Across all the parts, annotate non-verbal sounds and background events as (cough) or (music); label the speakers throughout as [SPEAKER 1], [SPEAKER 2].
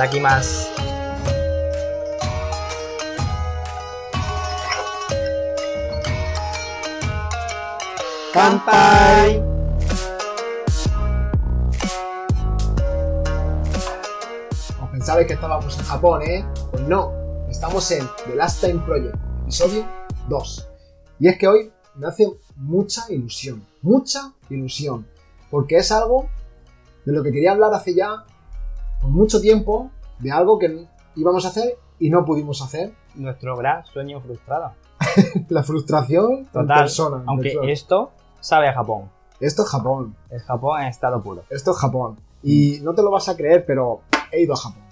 [SPEAKER 1] aquí más.
[SPEAKER 2] ¡Kanpai!
[SPEAKER 1] Como pensabais Pues que estábamos en Japón, ¿eh? Pues no, estamos en The Last Time Project, episodio 2. Y es que hoy me hace mucha ilusión, mucha ilusión, porque es algo de lo que quería hablar hace ya por mucho tiempo de algo que íbamos a hacer y no pudimos hacer. (laughs)
[SPEAKER 2] Nuestro gran sueño frustrado.
[SPEAKER 1] La frustración
[SPEAKER 2] Total.
[SPEAKER 1] en persona. en
[SPEAKER 2] aunque
[SPEAKER 1] persona.
[SPEAKER 2] esto sabe a Japón.
[SPEAKER 1] Esto es Japón.
[SPEAKER 2] Es Japón en estado puro.
[SPEAKER 1] Esto es Japón. Y no te lo vas a creer, pero he ido a Japón.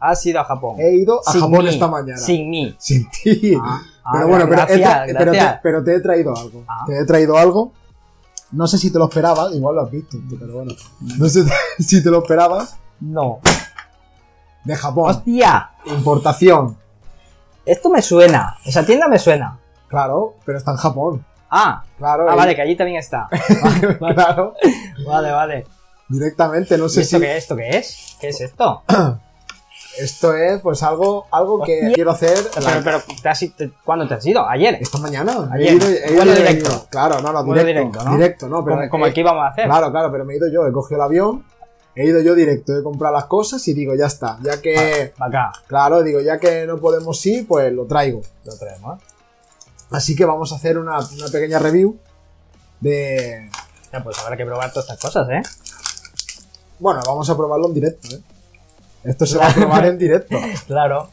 [SPEAKER 2] Has ido a Japón.
[SPEAKER 1] He ido a
[SPEAKER 2] Sin
[SPEAKER 1] Japón
[SPEAKER 2] mí,
[SPEAKER 1] esta mañana.
[SPEAKER 2] Sin mí.
[SPEAKER 1] Sin ti.
[SPEAKER 2] Ah, ah,
[SPEAKER 1] pero bueno, pero, he
[SPEAKER 2] gracias,
[SPEAKER 1] tra- pero te,
[SPEAKER 2] gracias.
[SPEAKER 1] pero te he traído algo.
[SPEAKER 2] Ah.
[SPEAKER 1] Te he traído algo. No sé si te lo esperabas, igual lo has visto, pero bueno. No sé (laughs) si te lo esperabas.
[SPEAKER 2] No.
[SPEAKER 1] De Japón.
[SPEAKER 2] ¡Hostia!
[SPEAKER 1] Importación.
[SPEAKER 2] Esto me suena. Esa tienda me suena.
[SPEAKER 1] Claro, pero está en Japón.
[SPEAKER 2] Ah.
[SPEAKER 1] Claro.
[SPEAKER 2] Ah,
[SPEAKER 1] eh.
[SPEAKER 2] vale, que allí también está.
[SPEAKER 1] (laughs) claro.
[SPEAKER 2] (laughs) Vale, vale.
[SPEAKER 1] Directamente, no
[SPEAKER 2] ¿Y
[SPEAKER 1] sé
[SPEAKER 2] esto
[SPEAKER 1] si.
[SPEAKER 2] qué es? ¿Esto qué es? ¿Qué es esto?
[SPEAKER 1] Esto es pues algo, algo que
[SPEAKER 2] Hostia.
[SPEAKER 1] quiero hacer en la-
[SPEAKER 2] Pero, pero ¿te has i- te- ¿cuándo te has ido? ¿Ayer?
[SPEAKER 1] esta mañana.
[SPEAKER 2] Ayer. Vuelo directo.
[SPEAKER 1] Claro, no, no,
[SPEAKER 2] Vuelo
[SPEAKER 1] directo.
[SPEAKER 2] directo, ¿no?
[SPEAKER 1] pero
[SPEAKER 2] como, como
[SPEAKER 1] eh,
[SPEAKER 2] el que íbamos a hacer.
[SPEAKER 1] Claro, claro, pero me he ido yo, he cogido el avión, he ido yo directo, he comprado las cosas y digo, ya está, ya que.
[SPEAKER 2] Va Acá.
[SPEAKER 1] Claro, digo, ya que no podemos ir, pues lo traigo.
[SPEAKER 2] Lo traemos.
[SPEAKER 1] Así que vamos a hacer una, una pequeña review de.
[SPEAKER 2] Ya, pues habrá que probar todas estas cosas, ¿eh?
[SPEAKER 1] Bueno, vamos a probarlo en directo, ¿eh? Esto se va a probar
[SPEAKER 2] (laughs)
[SPEAKER 1] en directo.
[SPEAKER 2] Claro.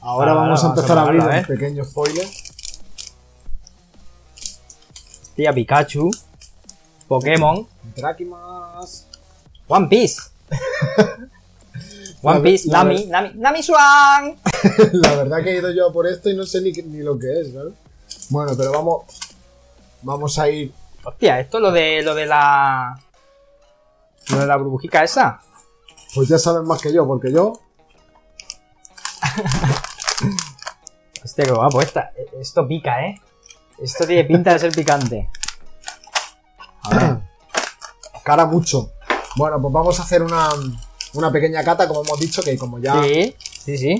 [SPEAKER 1] Ahora
[SPEAKER 2] Ahora
[SPEAKER 1] vamos a
[SPEAKER 2] vamos a
[SPEAKER 1] empezar a, abrir
[SPEAKER 2] probarlo,
[SPEAKER 1] un
[SPEAKER 2] ¿eh?
[SPEAKER 1] pequeño spoiler.
[SPEAKER 2] Tía Pikachu. Pokémon.
[SPEAKER 1] Drakimas.
[SPEAKER 2] One Piece. One
[SPEAKER 1] (laughs) La ve-
[SPEAKER 2] Piece,
[SPEAKER 1] la
[SPEAKER 2] Nami,
[SPEAKER 1] ve-
[SPEAKER 2] Nami, Nami Swan.
[SPEAKER 1] (laughs) La verdad que he ido yo a por esto y no sé ni, ni lo que es, ¿sabes? Bueno, pero vamos. Vamos a ir.
[SPEAKER 2] Hostia, esto es lo de lo de la lo de la burbujica esa.
[SPEAKER 1] Pues ya saben más que yo, porque yo.
[SPEAKER 2] Hostia, qué guapo esta. E- Esto pica, ¿eh? Esto tiene pinta de ser picante. A ver.
[SPEAKER 1] (clears throat) Cara mucho. Bueno, pues vamos a hacer una, una pequeña cata, como hemos dicho, que como (laughs) ya.
[SPEAKER 2] Sí, sí, sí.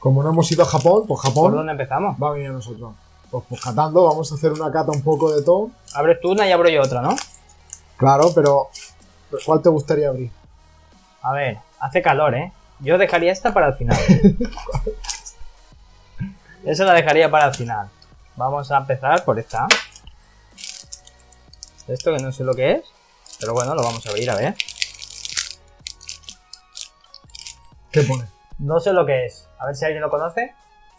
[SPEAKER 1] Como no hemos ido a Japón, pues
[SPEAKER 2] ¿Por
[SPEAKER 1] Japón
[SPEAKER 2] dónde empezamos?
[SPEAKER 1] va a venir a nosotros. Pues, pues catando, vamos a hacer una cata un poco de todo.
[SPEAKER 2] Abres tú una y abro yo otra, ¿no?
[SPEAKER 1] Claro, pero. pero ¿Cuál te gustaría abrir?
[SPEAKER 2] A ver, hace calor, ¿eh? Yo dejaría esta para el (laughs) final. Esa la dejaría para el final. Vamos a empezar por esta. Esto que no sé lo que es, pero bueno, lo vamos a abrir a ver.
[SPEAKER 1] ¿Qué pone?
[SPEAKER 2] No sé lo que es. A ver si alguien lo conoce.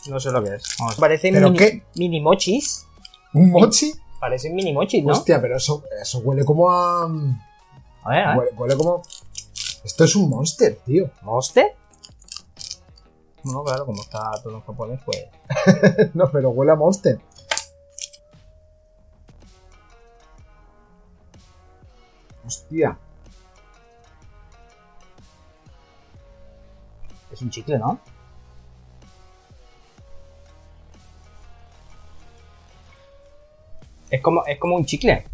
[SPEAKER 2] No sé lo que es. Vamos. Parecen
[SPEAKER 1] ¿Pero
[SPEAKER 2] mini,
[SPEAKER 1] qué?
[SPEAKER 2] mini mochis.
[SPEAKER 1] ¿Un mochi?
[SPEAKER 2] Parecen mini mochis, ¿no?
[SPEAKER 1] Hostia, pero eso, eso huele como a.
[SPEAKER 2] A ver, a ver.
[SPEAKER 1] Huele, huele como. Esto es un monster, tío. (laughs)
[SPEAKER 2] ¿Moste? No, claro, como está todo en japonés, pues.
[SPEAKER 1] No, pero huele a monster. Hostia.
[SPEAKER 2] Es un chicle, ¿no? Es como, es como un chicle.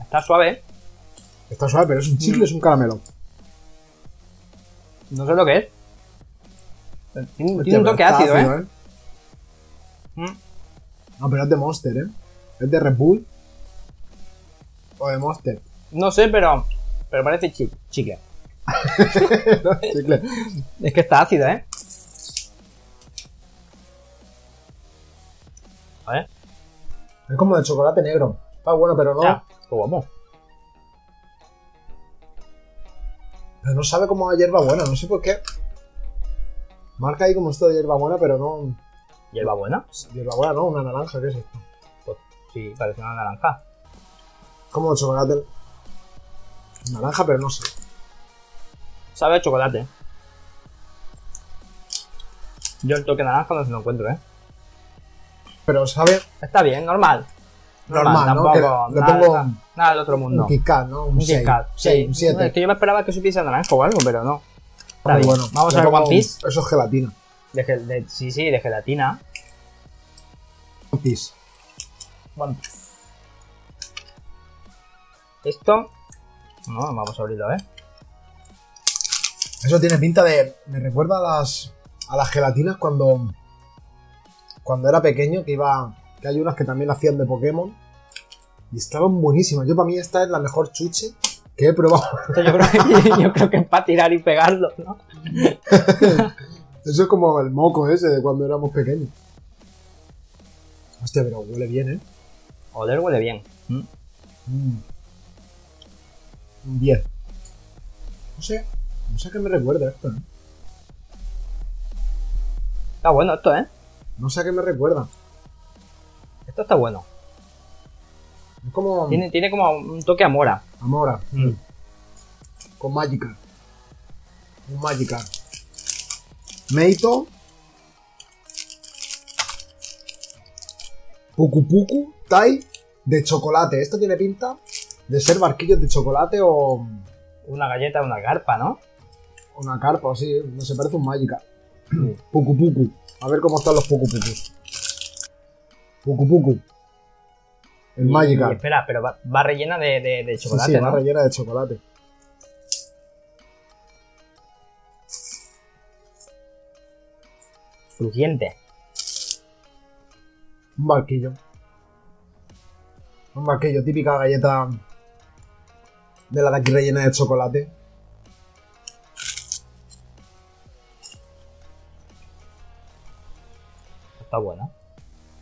[SPEAKER 2] Está suave.
[SPEAKER 1] Está suave, pero es un chicle, es un caramelo.
[SPEAKER 2] No sé lo que es. Tiene, tiene
[SPEAKER 1] Hostia,
[SPEAKER 2] un
[SPEAKER 1] pero
[SPEAKER 2] toque
[SPEAKER 1] está
[SPEAKER 2] ácido, ¿eh?
[SPEAKER 1] ¿eh?
[SPEAKER 2] Mm.
[SPEAKER 1] No, pero es de Monster, ¿eh? ¿Es de Red Bull? ¿O de Monster? (laughs) ¿eh?
[SPEAKER 2] No sé, pero. Pero parece chi- chicle.
[SPEAKER 1] No, chicle.
[SPEAKER 2] Es que está ácido, ¿eh? A ver.
[SPEAKER 1] Es como de chocolate negro. Está bueno, pero no.
[SPEAKER 2] Ya. pues Qué guapo.
[SPEAKER 1] Pero no sabe como a hierba buena, no sé por qué. Marca ahí como esto de hierba buena, pero no.
[SPEAKER 2] ¿Hierba buena?
[SPEAKER 1] Hierba buena, ¿no? Una naranja, ¿qué es esto?
[SPEAKER 2] Sí, parece una naranja.
[SPEAKER 1] Como el chocolate. Naranja, pero no sé.
[SPEAKER 2] Sabe a chocolate. Yo el toque naranja no se lo encuentro, ¿eh?
[SPEAKER 1] Pero sabe
[SPEAKER 2] Está bien, normal.
[SPEAKER 1] normal, ¿no? Que
[SPEAKER 2] tampoco.
[SPEAKER 1] le
[SPEAKER 2] nada,
[SPEAKER 1] pongo
[SPEAKER 2] nada- nada del otro
[SPEAKER 1] un
[SPEAKER 2] mundo.
[SPEAKER 1] Kit Kat, ¿no? Un
[SPEAKER 2] Un Kit
[SPEAKER 1] 6.
[SPEAKER 2] Kat, sí.
[SPEAKER 1] un
[SPEAKER 2] No, es
[SPEAKER 1] 7.
[SPEAKER 2] que yo me esperaba que supiese a naranja o algo, pero no. Está bien.
[SPEAKER 1] bueno.
[SPEAKER 2] Vamos
[SPEAKER 1] le
[SPEAKER 2] a ver
[SPEAKER 1] pongo
[SPEAKER 2] One
[SPEAKER 1] un-
[SPEAKER 2] Piece.
[SPEAKER 1] Eso es gelatina.
[SPEAKER 2] De gel- de- sí, sí, de gelatina.
[SPEAKER 1] One Piece.
[SPEAKER 2] One Piece. Esto. No, vamos a abrirlo, ¿eh?
[SPEAKER 1] Eso tiene pinta de. Me recuerda a las. a las gelatinas cuando. Cuando era pequeño, que iba. que hay unas que también hacían de Pokémon. Y estaban buenísimas. Yo para mí esta es la mejor chuche que he probado. (laughs)
[SPEAKER 2] Esto yo creo que, (laughs) yo creo que es para tirar y pegarlo, ¿no?
[SPEAKER 1] Eso es como el moco ese de cuando éramos pequeños. Hostia, pero huele bien, ¿eh?
[SPEAKER 2] Oler huele bien. Mm.
[SPEAKER 1] Mm. Un 10. No sé, no sé a qué me recuerda esto, ¿eh?
[SPEAKER 2] Está bueno esto, ¿eh?
[SPEAKER 1] No sé a qué me recuerda.
[SPEAKER 2] Esto está bueno.
[SPEAKER 1] Es como
[SPEAKER 2] Tiene, tiene como un toque a mora.
[SPEAKER 1] Amora.
[SPEAKER 2] Mm.
[SPEAKER 1] Con Magikarp. Un Magikarp. Meito. Puku Puku. Tai. De chocolate. Esto tiene pinta de ser barquillos de chocolate o
[SPEAKER 2] Una galleta, una garpa, ¿no?
[SPEAKER 1] una carpa o así. No se parece a un Magikarp. (clears throat) Puku Puku. A ver cómo están los Puku Puku. Puku Puku. El
[SPEAKER 2] Y- y
[SPEAKER 1] Magikarp.
[SPEAKER 2] espera, pero va, va rellena de, de- de
[SPEAKER 1] Sí,
[SPEAKER 2] chocolate,
[SPEAKER 1] sí, va
[SPEAKER 2] ¿no?
[SPEAKER 1] rellena de chocolate.
[SPEAKER 2] Crujiente.
[SPEAKER 1] Un barquillo. Un barquillo, típica galleta de la de aquí rellena de chocolate.
[SPEAKER 2] Está bueno.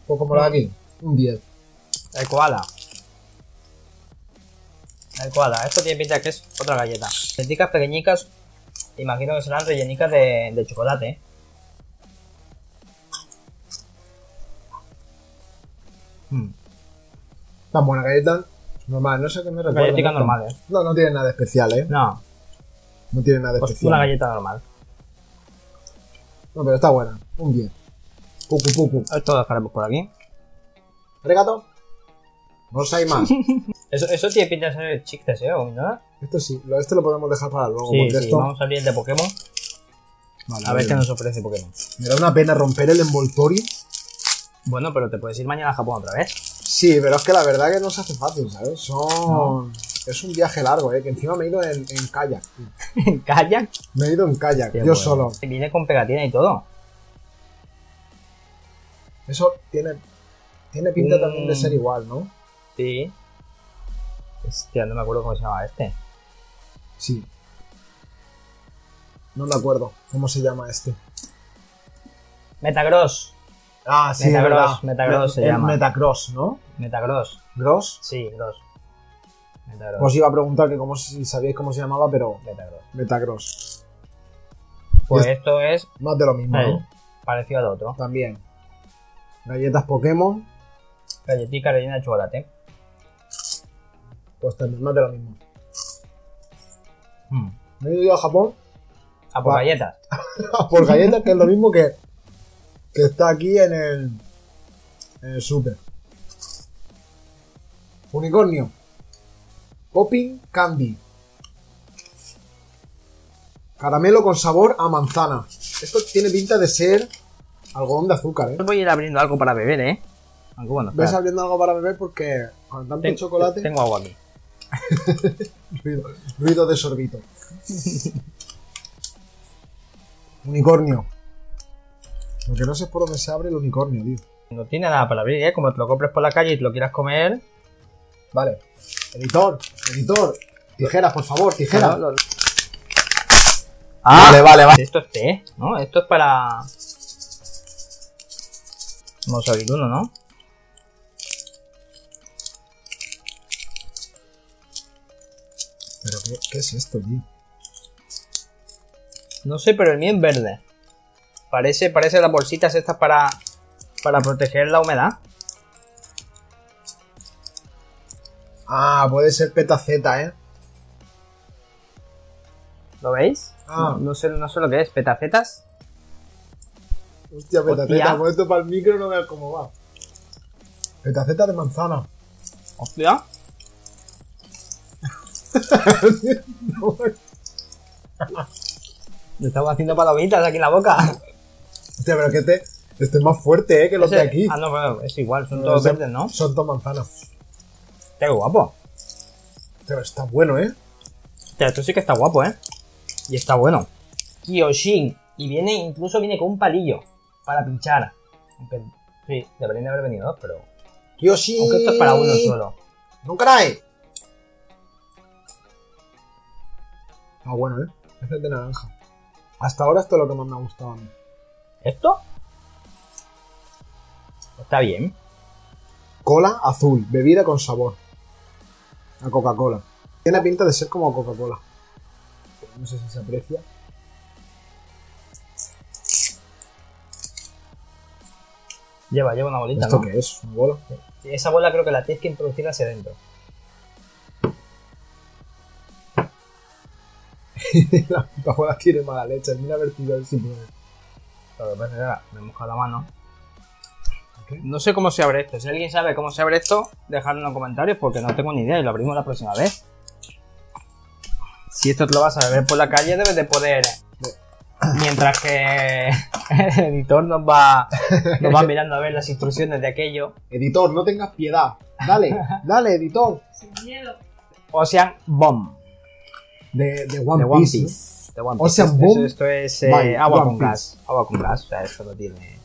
[SPEAKER 1] O Pues como la de aquí, un 10.
[SPEAKER 2] El koala. El koala. Esto tiene pinta que es otra galleta. Galletitas pequeñicas. Imagino que serán rellenicas de, de chocolate. ¿eh? Mm,
[SPEAKER 1] Tan buena galleta, normal, no sé a qué me recuerda.
[SPEAKER 2] Galletitas
[SPEAKER 1] ¿no?
[SPEAKER 2] normales.
[SPEAKER 1] No, no tiene nada especial, ¿eh?
[SPEAKER 2] No,
[SPEAKER 1] No tiene nada
[SPEAKER 2] pues una
[SPEAKER 1] especial.
[SPEAKER 2] galleta normal.
[SPEAKER 1] No, pero está buena, un 10. Pucu, pucu.
[SPEAKER 2] Esto lo dejaremos por aquí.
[SPEAKER 1] ¿Regato? No os hay más.
[SPEAKER 2] Eso, eso tiene pinta de ser chicles, ¿eh? ¿O ¿No?
[SPEAKER 1] Esto sí, lo- este lo podemos dejar para luego,
[SPEAKER 2] Sí,
[SPEAKER 1] porque
[SPEAKER 2] sí.
[SPEAKER 1] esto...
[SPEAKER 2] Vamos a abrir el de Pokémon.
[SPEAKER 1] Vale,
[SPEAKER 2] A ver
[SPEAKER 1] vale.
[SPEAKER 2] qué nos ofrece Pokémon.
[SPEAKER 1] Me da una pena romper el envoltorio.
[SPEAKER 2] Bueno, pero te puedes ir mañana a Japón otra vez. (laughs)
[SPEAKER 1] Sí, pero es que la verdad que no se hace fácil, ¿sabes? Son... Es un viaje largo, ¿eh? Que encima me he ido en, en kayak. tío.
[SPEAKER 2] En kayak.
[SPEAKER 1] Me he ido en kayak,
[SPEAKER 2] Qué
[SPEAKER 1] yo
[SPEAKER 2] bueno.
[SPEAKER 1] solo.
[SPEAKER 2] Viene con pegatina y todo.
[SPEAKER 1] Eso tiene, tiene pinta
[SPEAKER 2] Mm.
[SPEAKER 1] también de ser igual, ¿no?
[SPEAKER 2] Sí. Hostia, no me acuerdo cómo se llamaba este.
[SPEAKER 1] Sí. No me acuerdo cómo se llama este.
[SPEAKER 2] Metagross.
[SPEAKER 1] Ah,
[SPEAKER 2] sí, es Metagross, verdad. Metagross se
[SPEAKER 1] el
[SPEAKER 2] llama.
[SPEAKER 1] Metacross, ¿no?
[SPEAKER 2] Metagross.
[SPEAKER 1] Gross.
[SPEAKER 2] Sí, Gross. Metagross.
[SPEAKER 1] Os iba a preguntar que cómo, si sabíais cómo se llamaba, pero
[SPEAKER 2] Metagross.
[SPEAKER 1] Metagross.
[SPEAKER 2] Pues
[SPEAKER 1] Y
[SPEAKER 2] esto es
[SPEAKER 1] Más de lo mismo,
[SPEAKER 2] eh,
[SPEAKER 1] ¿no?
[SPEAKER 2] parecido al otro.
[SPEAKER 1] También. Galletas Pokémon,
[SPEAKER 2] Galletica rellena de chocolate.
[SPEAKER 1] pues también más de lo mismo.
[SPEAKER 2] Mm.
[SPEAKER 1] Me he ido yo a Japón (laughs)
[SPEAKER 2] Ah, por
[SPEAKER 1] Hmm. Va.
[SPEAKER 2] galletas.
[SPEAKER 1] por galletas, que es lo mismo que, que está aquí en el, en el super. Unicornio. Popping candy. Caramelo con sabor a manzana. Esto tiene pinta de ser algodón de azúcar, ¿eh?
[SPEAKER 2] Yo Voy a ir abriendo algo para beber, ¿eh? Aunque bueno,
[SPEAKER 1] ¿Ves
[SPEAKER 2] espera.
[SPEAKER 1] abriendo algo para beber? Porque con tanto
[SPEAKER 2] Ten-
[SPEAKER 1] chocolate,
[SPEAKER 2] Tengo agua aquí.
[SPEAKER 1] ruido, ruido de sorbito. unicornio. Lo que no sé es por dónde se abre el unicornio, tío.
[SPEAKER 2] No tiene nada para abrir, ¿eh? Como te lo compres por la calle y te lo quieras comer.
[SPEAKER 1] Vale. Editor, editor. Tijeras, por favor, tijeras.
[SPEAKER 2] Claro, lo- Ah,
[SPEAKER 1] Vale, vale, vale.
[SPEAKER 2] Esto es té, ¿no? Esto es para. Vamos a abrir uno, ¿no?
[SPEAKER 1] ¿Pero qué, qué es esto, tío?
[SPEAKER 2] No sé, pero el mío es verde. Parece, parece las bolsitas estas para. Para proteger la humedad.
[SPEAKER 1] Ah, puede ser petaceta, ¿eh?
[SPEAKER 2] ¿Lo veis?
[SPEAKER 1] Ah.
[SPEAKER 2] No, no sé, no sé lo que es, petacetas.
[SPEAKER 1] Hostia, petaceta,
[SPEAKER 2] Hostia.
[SPEAKER 1] pon esto para el micro no veas cómo va. Petaceta de manzana. (laughs)
[SPEAKER 2] Hostia.
[SPEAKER 1] Hostia,
[SPEAKER 2] Le estamos haciendo palomitas aquí en la boca.
[SPEAKER 1] pero que este, este es más fuerte, ¿eh? Que (laughs) los de
[SPEAKER 2] Ese-
[SPEAKER 1] aquí.
[SPEAKER 2] Ah, no, bueno, es igual, son todos verdes, ¿no?
[SPEAKER 1] Son dos manzanas.
[SPEAKER 2] Qué guapo.
[SPEAKER 1] Pero está bueno, ¿eh?
[SPEAKER 2] Hostia, esto sí que está guapo, ¿eh? Y está bueno. Kyoshin. Y viene, incluso viene con un palillo para pinchar. Aunque- Sí, deberían de haber venido dos, pero.
[SPEAKER 1] Yoshi.
[SPEAKER 2] Aunque esto es para uno solo.
[SPEAKER 1] ¡No caray! Está bueno, ¿eh? Este es de naranja. Hasta ahora esto es lo que más me ha gustado a mí.
[SPEAKER 2] ¿Esto? Está bien.
[SPEAKER 1] Cola azul, bebida con sabor. A Coca-Cola. Tiene pinta de ser como Coca-Cola. No sé si se aprecia.
[SPEAKER 2] Lleva, lleva una bolita,
[SPEAKER 1] ¿Esto
[SPEAKER 2] ¿no?
[SPEAKER 1] qué es? ¿Una bola? (laughs)
[SPEAKER 2] Sí, Esa bola creo que la tienes que introducir hacia adentro.
[SPEAKER 1] la puta bola tiene mala leche. Mira vertical simplemente.
[SPEAKER 2] Lo que pasa es que ahora me he mojado la mano.
[SPEAKER 1] Ok.
[SPEAKER 2] No sé cómo se abre esto. Si alguien sabe cómo se abre esto, dejadlo en los comentarios porque no tengo ni idea y lo abrimos la próxima vez. Si esto te lo vas a beber por la calle, debes de poder. Mientras que (laughs) el editor nos va, nos
[SPEAKER 1] (laughs)
[SPEAKER 2] va mirando a ver las instrucciones de aquello.
[SPEAKER 1] Editor, no tengas piedad.
[SPEAKER 2] (laughs)
[SPEAKER 1] Dale, dale, editor.
[SPEAKER 2] Ocean Bomb.
[SPEAKER 1] De, de One,
[SPEAKER 2] de One
[SPEAKER 1] Piece. ¿eh?
[SPEAKER 2] Piece.
[SPEAKER 1] ¿no?
[SPEAKER 2] de One Piece.
[SPEAKER 1] Ocean
[SPEAKER 2] Esto-
[SPEAKER 1] Boom
[SPEAKER 2] Esto es eh,
[SPEAKER 1] by
[SPEAKER 2] agua
[SPEAKER 1] One
[SPEAKER 2] con
[SPEAKER 1] Piece.
[SPEAKER 2] gas. Agua con gas. O sea, esto no tiene.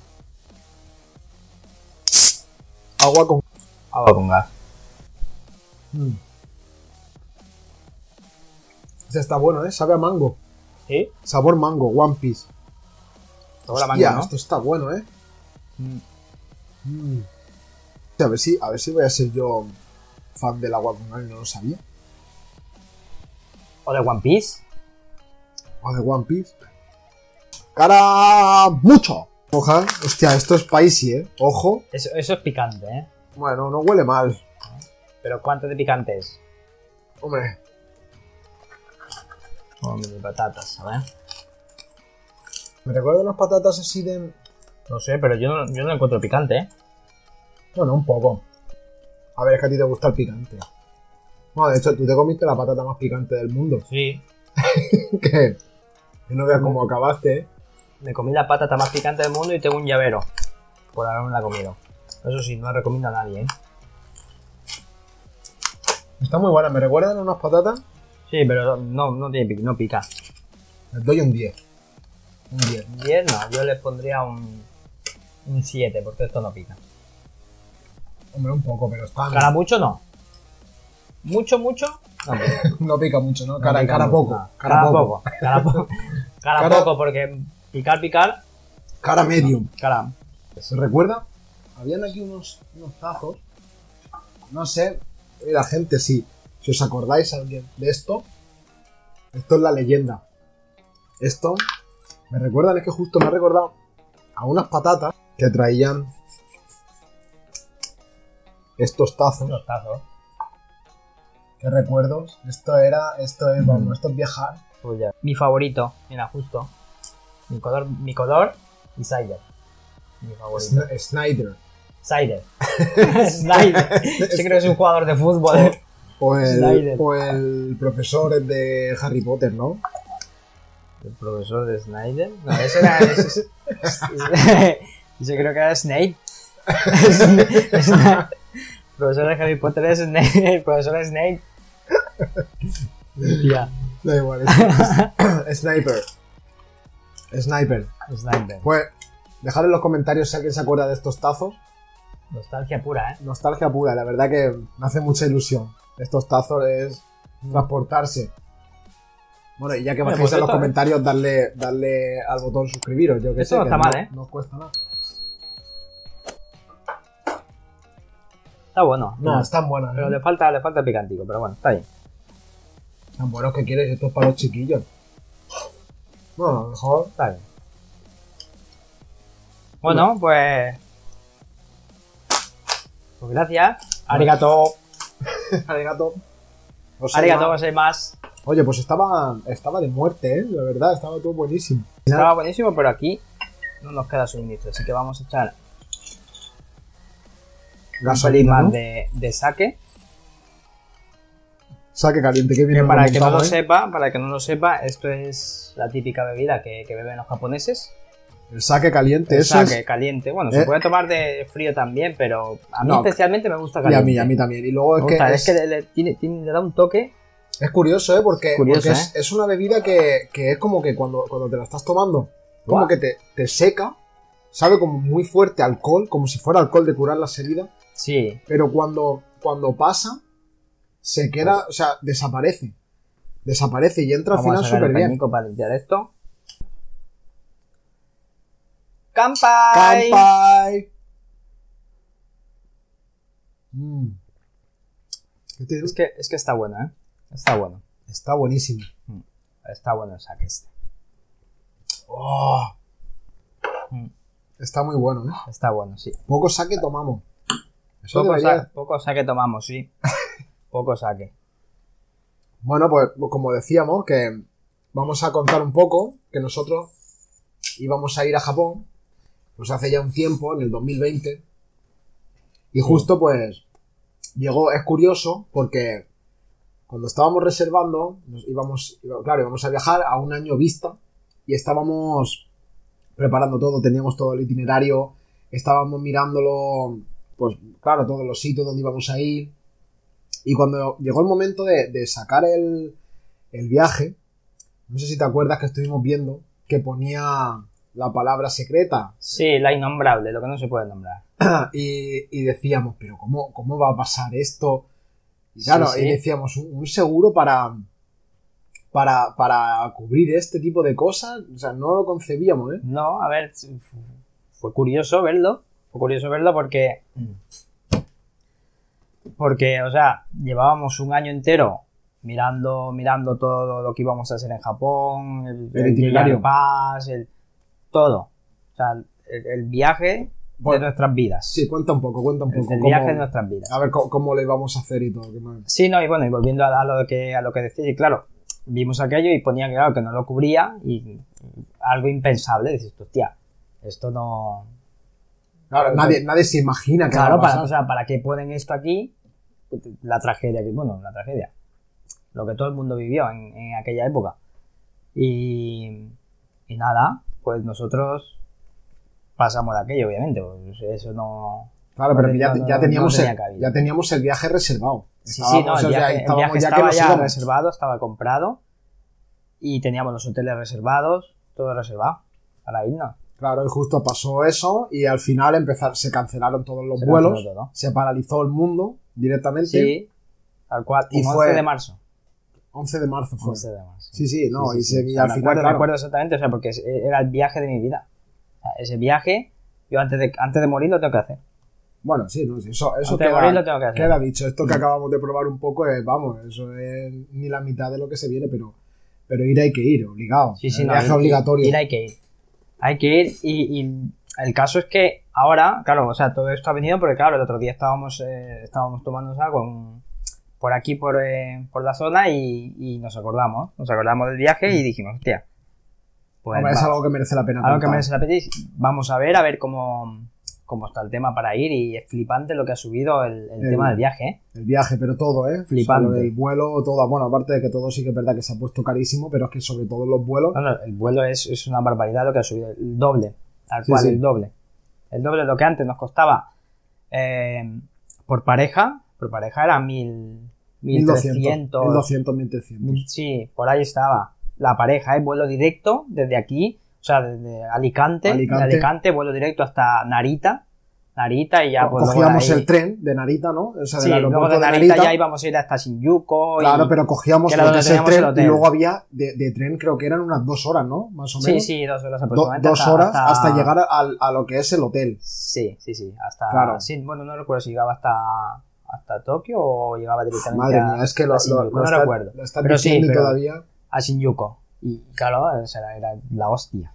[SPEAKER 1] Agua con.
[SPEAKER 2] Agua con gas.
[SPEAKER 1] Mm. Ese está bueno, ¿eh? Sabe a mango.
[SPEAKER 2] ¿Sí?
[SPEAKER 1] Sabor mango, One Piece.
[SPEAKER 2] Sobra
[SPEAKER 1] Hostia,
[SPEAKER 2] mango, ¿no?
[SPEAKER 1] Esto está bueno, ¿eh?
[SPEAKER 2] Mm.
[SPEAKER 1] Mm. A ver si, a ver si voy a ser yo fan del agua con gas, no lo sabía.
[SPEAKER 2] O de One Piece.
[SPEAKER 1] O de One Piece. Cara mucho. Ojalá. Hostia, esto es spicy, ¿eh? Ojo.
[SPEAKER 2] Eso, eso es picante, ¿eh?
[SPEAKER 1] Bueno, no huele mal.
[SPEAKER 2] Pero ¿cuánto de picante es?
[SPEAKER 1] Hombre,
[SPEAKER 2] Como de Oh, patatas, a ver.
[SPEAKER 1] me recuerda unas patatas así de...
[SPEAKER 2] No sé, pero yo no, yo no lo encuentro picante, ¿eh?
[SPEAKER 1] Bueno, un poco. A ver, es que a ti te gusta el picante. Bueno, de hecho, tú te comiste la patata más picante del mundo. (laughs)
[SPEAKER 2] Sí.
[SPEAKER 1] que que no veas cómo acabaste, ¿eh?
[SPEAKER 2] Me comí la patata más picante del mundo y tengo un llavero. Por haberme la comido. Eso sí, no la recomiendo a nadie, ¿eh?
[SPEAKER 1] Está muy buena, me recuerdan unas patatas.
[SPEAKER 2] Sí, pero no, no tiene pic- no pica.
[SPEAKER 1] Les doy un 10. Un 10.
[SPEAKER 2] 10 no, yo le pondría un, un 7 porque esto no pica.
[SPEAKER 1] Hombre, un poco, pero está...
[SPEAKER 2] Cara mucho no. Mucho, mucho. No, pero-
[SPEAKER 1] (laughs) No pica mucho, ¿no?
[SPEAKER 2] no
[SPEAKER 1] Cara,
[SPEAKER 2] pica
[SPEAKER 1] cara
[SPEAKER 2] mucho,
[SPEAKER 1] poco.
[SPEAKER 2] no.
[SPEAKER 1] Cara, poco.
[SPEAKER 2] Cara
[SPEAKER 1] (laughs)
[SPEAKER 2] poco. Cara
[SPEAKER 1] Cara-
[SPEAKER 2] poco porque picar, picar.
[SPEAKER 1] Cara medium.
[SPEAKER 2] Cara.
[SPEAKER 1] ¿Se recuerda? Habían aquí unos, unos tazos. No sé, eh, la gente, si, si os acordáis alguien de esto, esto es la leyenda. Esto me recuerdan, es que justo me ha recordado a unas patatas que traían estos tazos.
[SPEAKER 2] Unos tazos.
[SPEAKER 1] ¿Qué recuerdos? Esto era, esto es, vamos, esto es viajar.
[SPEAKER 2] Tuya. Mi favorito, mira, justo. Mi color, mi color y Cider. Mi favorito.
[SPEAKER 1] Sn- Snyder.
[SPEAKER 2] (laughs) Cider. Snyder. Yo creo que es un jugador de fútbol. ¿eh?
[SPEAKER 1] O Pues el,
[SPEAKER 2] Snyder.
[SPEAKER 1] o el profesor de Harry Potter, ¿no?
[SPEAKER 2] ¿El profesor de Snyder? No, ese era. (laughs) ese- ese- Yo creo que era Snape. (laughs) Snape. El profesor de Harry Potter es Snape. El profesor de Snape. Hostia,
[SPEAKER 1] Da igual, es- es- Sniper. Sniper.
[SPEAKER 2] Snyder.
[SPEAKER 1] Pues, dejad en los comentarios si alguien se acuerda de estos tazos.
[SPEAKER 2] Nostalgia pura, ¿eh?
[SPEAKER 1] Nostalgia pura, la verdad que me hace mucha ilusión. Estos tazos es transportarse Bueno, y ya que
[SPEAKER 2] Oye,
[SPEAKER 1] bajéis
[SPEAKER 2] pues
[SPEAKER 1] a los
[SPEAKER 2] esto, ¿eh?
[SPEAKER 1] comentarios, darle, darle al botón suscribiros. Yo que
[SPEAKER 2] Esto
[SPEAKER 1] sé,
[SPEAKER 2] no
[SPEAKER 1] que
[SPEAKER 2] está mal, ¿eh?
[SPEAKER 1] No os cuesta nada.
[SPEAKER 2] Está bueno.
[SPEAKER 1] No, están buenos.
[SPEAKER 2] Pero
[SPEAKER 1] ¿eh?
[SPEAKER 2] le falta, le falta el picantico, pero bueno, está bien.
[SPEAKER 1] Están buenos que quieres, esto es para los chiquillos. Bueno, a lo mejor.
[SPEAKER 2] Está bien. Bueno, pues. Pues gracias. Arigato.
[SPEAKER 1] (laughs) Arigato. O sea,
[SPEAKER 2] Arigato,
[SPEAKER 1] ma-
[SPEAKER 2] más.
[SPEAKER 1] Oye, pues estaba, estaba de muerte, ¿eh? La verdad, estaba todo buenísimo.
[SPEAKER 2] Estaba buenísimo, pero aquí no nos queda suministro, así que vamos a echar un pelín
[SPEAKER 1] ¿no?
[SPEAKER 2] más de, de saque.
[SPEAKER 1] Saque caliente, que bien.
[SPEAKER 2] Para el que no lo
[SPEAKER 1] montado, ¿eh?
[SPEAKER 2] sepa, para el que no lo sepa, esto es la típica bebida que, que beben los japoneses.
[SPEAKER 1] El saque caliente,
[SPEAKER 2] El
[SPEAKER 1] eso
[SPEAKER 2] saque
[SPEAKER 1] es.
[SPEAKER 2] caliente. Bueno,
[SPEAKER 1] Eh.
[SPEAKER 2] se puede tomar de frío también, pero a mí
[SPEAKER 1] No,
[SPEAKER 2] especialmente me gusta
[SPEAKER 1] Y a
[SPEAKER 2] caliente.
[SPEAKER 1] mí, a mí también. Y luego
[SPEAKER 2] Me
[SPEAKER 1] es que,
[SPEAKER 2] gusta,
[SPEAKER 1] es,
[SPEAKER 2] es que le, le tiene- tiene- le da un toque.
[SPEAKER 1] es curioso, ¿eh? Porque,
[SPEAKER 2] Curioso,
[SPEAKER 1] porque es, es una bebida que, que es como que cuando, cuando te la estás tomando, como
[SPEAKER 2] Buah.
[SPEAKER 1] que te, te seca, sabe como muy fuerte a alcohol, como si fuera alcohol de curar las heridas.
[SPEAKER 2] Sí,
[SPEAKER 1] pero cuando, cuando pasa, se queda, o sea, desaparece. Desaparece y entra al final
[SPEAKER 2] sacar
[SPEAKER 1] súper
[SPEAKER 2] el
[SPEAKER 1] bien.
[SPEAKER 2] pañico para limpiar esto. ¡Campai!
[SPEAKER 1] ¡Campai! Mm. ¿Qué te digo?
[SPEAKER 2] Es que, es que está bueno, ¿eh? Está bueno.
[SPEAKER 1] Está buenísimo.
[SPEAKER 2] Está bueno el saque este.
[SPEAKER 1] Oh.
[SPEAKER 2] Mm.
[SPEAKER 1] Está muy bueno, ¿eh?
[SPEAKER 2] Está bueno, sí.
[SPEAKER 1] Poco saque tomamos. Eso
[SPEAKER 2] Poco,
[SPEAKER 1] debería-
[SPEAKER 2] sa- poco saque tomamos, sí. (laughs) poco saque.
[SPEAKER 1] Bueno, pues como decíamos, que vamos a contar un poco que nosotros íbamos a ir a Japón, pues hace ya un tiempo, en el 2020, y justo pues llegó, es curioso, porque cuando estábamos reservando, nos íbamos, iba- claro, íbamos a viajar a un año vista, y estábamos preparando todo, teníamos todo el itinerario, estábamos mirándolo, pues claro, todos los sitios donde íbamos a ir, y cuando llegó el momento de, de sacar el, el viaje, no sé si te acuerdas que estuvimos viendo que ponía la palabra secreta ah,
[SPEAKER 2] Sí, la innombrable, lo que no se puede nombrar.
[SPEAKER 1] y, y decíamos, pero cómo, ¿cómo va a pasar esto? Y claro,
[SPEAKER 2] Sí, sí.
[SPEAKER 1] y decíamos, un, un seguro para, para, para cubrir este tipo de cosas, o sea, no lo concebíamos, ¿eh?
[SPEAKER 2] No, a ver, f- fue curioso verlo. Fue curioso verlo porque. Porque, o sea, llevábamos un año entero mirando, mirando todo lo que íbamos a hacer en Japón, el,
[SPEAKER 1] El itinerario.
[SPEAKER 2] Japan Pass, el- todo. O sea, el, el viaje de
[SPEAKER 1] Bueno,
[SPEAKER 2] nuestras vidas.
[SPEAKER 1] sí, cuenta un poco, cuenta un
[SPEAKER 2] el,
[SPEAKER 1] poco.
[SPEAKER 2] el
[SPEAKER 1] cómo-
[SPEAKER 2] viaje de nuestras vidas.
[SPEAKER 1] a ver cómo, cómo lo íbamos a hacer y todo. qué más.
[SPEAKER 2] Sí, no, y bueno, y volviendo a, a lo que a lo que decís, y claro, vimos aquello y ponía que claro que no lo cubría y algo impensable, decís, hostia, esto no.
[SPEAKER 1] Claro, nadie, nadie se imagina que
[SPEAKER 2] Claro,
[SPEAKER 1] va a
[SPEAKER 2] para,
[SPEAKER 1] pasar.
[SPEAKER 2] o sea, ¿para qué ponen esto aquí? La tragedia, que- bueno, la tragedia. Lo que todo el mundo vivió en, en aquella época. Y, y nada, pues nosotros pasamos de aquello, obviamente. pues eso no.
[SPEAKER 1] Claro, pero
[SPEAKER 2] No,
[SPEAKER 1] ya,
[SPEAKER 2] no,
[SPEAKER 1] ya
[SPEAKER 2] no,
[SPEAKER 1] teníamos
[SPEAKER 2] no tenía
[SPEAKER 1] el,
[SPEAKER 2] cabida.
[SPEAKER 1] ya teníamos el viaje reservado.
[SPEAKER 2] Sí, sí, no,
[SPEAKER 1] o sea,
[SPEAKER 2] el viaje, el
[SPEAKER 1] estábamos
[SPEAKER 2] viaje
[SPEAKER 1] ya que
[SPEAKER 2] estaba
[SPEAKER 1] nos
[SPEAKER 2] ya
[SPEAKER 1] íbamos.
[SPEAKER 2] reservado, estaba comprado y teníamos los hoteles reservados, todo reservado para irnos.
[SPEAKER 1] Claro, y justo pasó eso y al final empezar, se cancelaron todos los
[SPEAKER 2] Se
[SPEAKER 1] vuelos,
[SPEAKER 2] canceló todo.
[SPEAKER 1] se paralizó el mundo directamente.
[SPEAKER 2] Sí, tal cual,
[SPEAKER 1] Y
[SPEAKER 2] un
[SPEAKER 1] fue-
[SPEAKER 2] 11 de marzo.
[SPEAKER 1] 11 de marzo fue.
[SPEAKER 2] 11 de marzo.
[SPEAKER 1] Sí, sí, no,
[SPEAKER 2] Sí,
[SPEAKER 1] y,
[SPEAKER 2] sí,
[SPEAKER 1] se-
[SPEAKER 2] sí.
[SPEAKER 1] y
[SPEAKER 2] O sea,
[SPEAKER 1] al
[SPEAKER 2] me
[SPEAKER 1] final,
[SPEAKER 2] acuerdo, me
[SPEAKER 1] claro,
[SPEAKER 2] acuerdo exactamente, o sea, porque es- era el viaje de mi vida. O sea, ese viaje, yo antes de, antes de morir lo tengo que hacer.
[SPEAKER 1] bueno, sí, no, sí, eso, eso
[SPEAKER 2] antes de
[SPEAKER 1] queda,
[SPEAKER 2] morir lo tengo que hacer. Mm.
[SPEAKER 1] queda dicho. Esto que acabamos de probar un poco es, vamos, eso es ni la mitad de lo que se viene, pero, pero ir hay que ir, obligado.
[SPEAKER 2] Sí, sí,
[SPEAKER 1] El
[SPEAKER 2] no,
[SPEAKER 1] viaje
[SPEAKER 2] hay que-
[SPEAKER 1] obligatorio.
[SPEAKER 2] ir hay que ir. Hay que ir y, y el caso es que ahora, claro, o sea, todo esto ha venido porque, claro, el otro día estábamos, eh, estábamos tomándonos algo en- por aquí, por, eh, por la zona y, y nos acordamos, nos acordamos del viaje y dijimos, hostia, pues
[SPEAKER 1] Hombre, es
[SPEAKER 2] va,
[SPEAKER 1] algo que merece la pena.
[SPEAKER 2] algo que
[SPEAKER 1] contar.
[SPEAKER 2] merece la pena y vamos a ver, a ver cómo, cómo está el tema para ir y es flipante lo que ha subido el, el
[SPEAKER 1] El-
[SPEAKER 2] tema del viaje, ¿eh?
[SPEAKER 1] El viaje, pero todo, ¿eh?
[SPEAKER 2] Flipante.
[SPEAKER 1] O sea, lo del vuelo, todo. Bueno, aparte de que todo sí que es verdad que se ha puesto carísimo, pero es que sobre todo los vuelos.
[SPEAKER 2] No, no, el vuelo es, es una barbaridad lo que ha subido, el doble, tal
[SPEAKER 1] Sí,
[SPEAKER 2] cual,
[SPEAKER 1] sí.
[SPEAKER 2] el doble. El doble de lo que antes nos costaba eh, por pareja, por pareja era mil,
[SPEAKER 1] 1200,
[SPEAKER 2] 1200,
[SPEAKER 1] 1200, 1300.
[SPEAKER 2] sí, por ahí estaba. La pareja, es vuelo directo desde aquí, o sea, desde Alicante, de
[SPEAKER 1] Alicante.
[SPEAKER 2] Alicante, vuelo directo hasta Narita, Narita y ya pues luego de
[SPEAKER 1] cogíamos
[SPEAKER 2] ahí-
[SPEAKER 1] el tren de Narita, ¿no? O sea,
[SPEAKER 2] Sí,
[SPEAKER 1] del
[SPEAKER 2] luego
[SPEAKER 1] aeropuerto
[SPEAKER 2] de
[SPEAKER 1] de
[SPEAKER 2] Narita,
[SPEAKER 1] Narita.
[SPEAKER 2] ya íbamos a ir hasta Shinjuku. y-
[SPEAKER 1] Claro, pero cogíamos
[SPEAKER 2] que era
[SPEAKER 1] lo que
[SPEAKER 2] donde
[SPEAKER 1] es el
[SPEAKER 2] teníamos el
[SPEAKER 1] tren y
[SPEAKER 2] hotel.
[SPEAKER 1] luego había de, de tren, creo que eran unas dos horas, ¿no? Más o
[SPEAKER 2] Sí,
[SPEAKER 1] menos.
[SPEAKER 2] sí, dos horas
[SPEAKER 1] Do-
[SPEAKER 2] aproximadamente.
[SPEAKER 1] dos horas hasta, llegar al- a lo que es el hotel.
[SPEAKER 2] Sí, sí, sí. Hasta.
[SPEAKER 1] Claro.
[SPEAKER 2] sí, bueno, no recuerdo si llegaba hasta, hasta Tokio o llegaba directamente
[SPEAKER 1] Madre
[SPEAKER 2] a,
[SPEAKER 1] mía, es que lo,
[SPEAKER 2] a
[SPEAKER 1] lo-
[SPEAKER 2] Shinjuku.
[SPEAKER 1] lo
[SPEAKER 2] no
[SPEAKER 1] está-
[SPEAKER 2] recuerdo.
[SPEAKER 1] lo están
[SPEAKER 2] Pero sí,
[SPEAKER 1] diciendo y
[SPEAKER 2] pero- Ah,
[SPEAKER 1] todavía.
[SPEAKER 2] A Shinjuku. Y claro, o sea, era, era la hostia.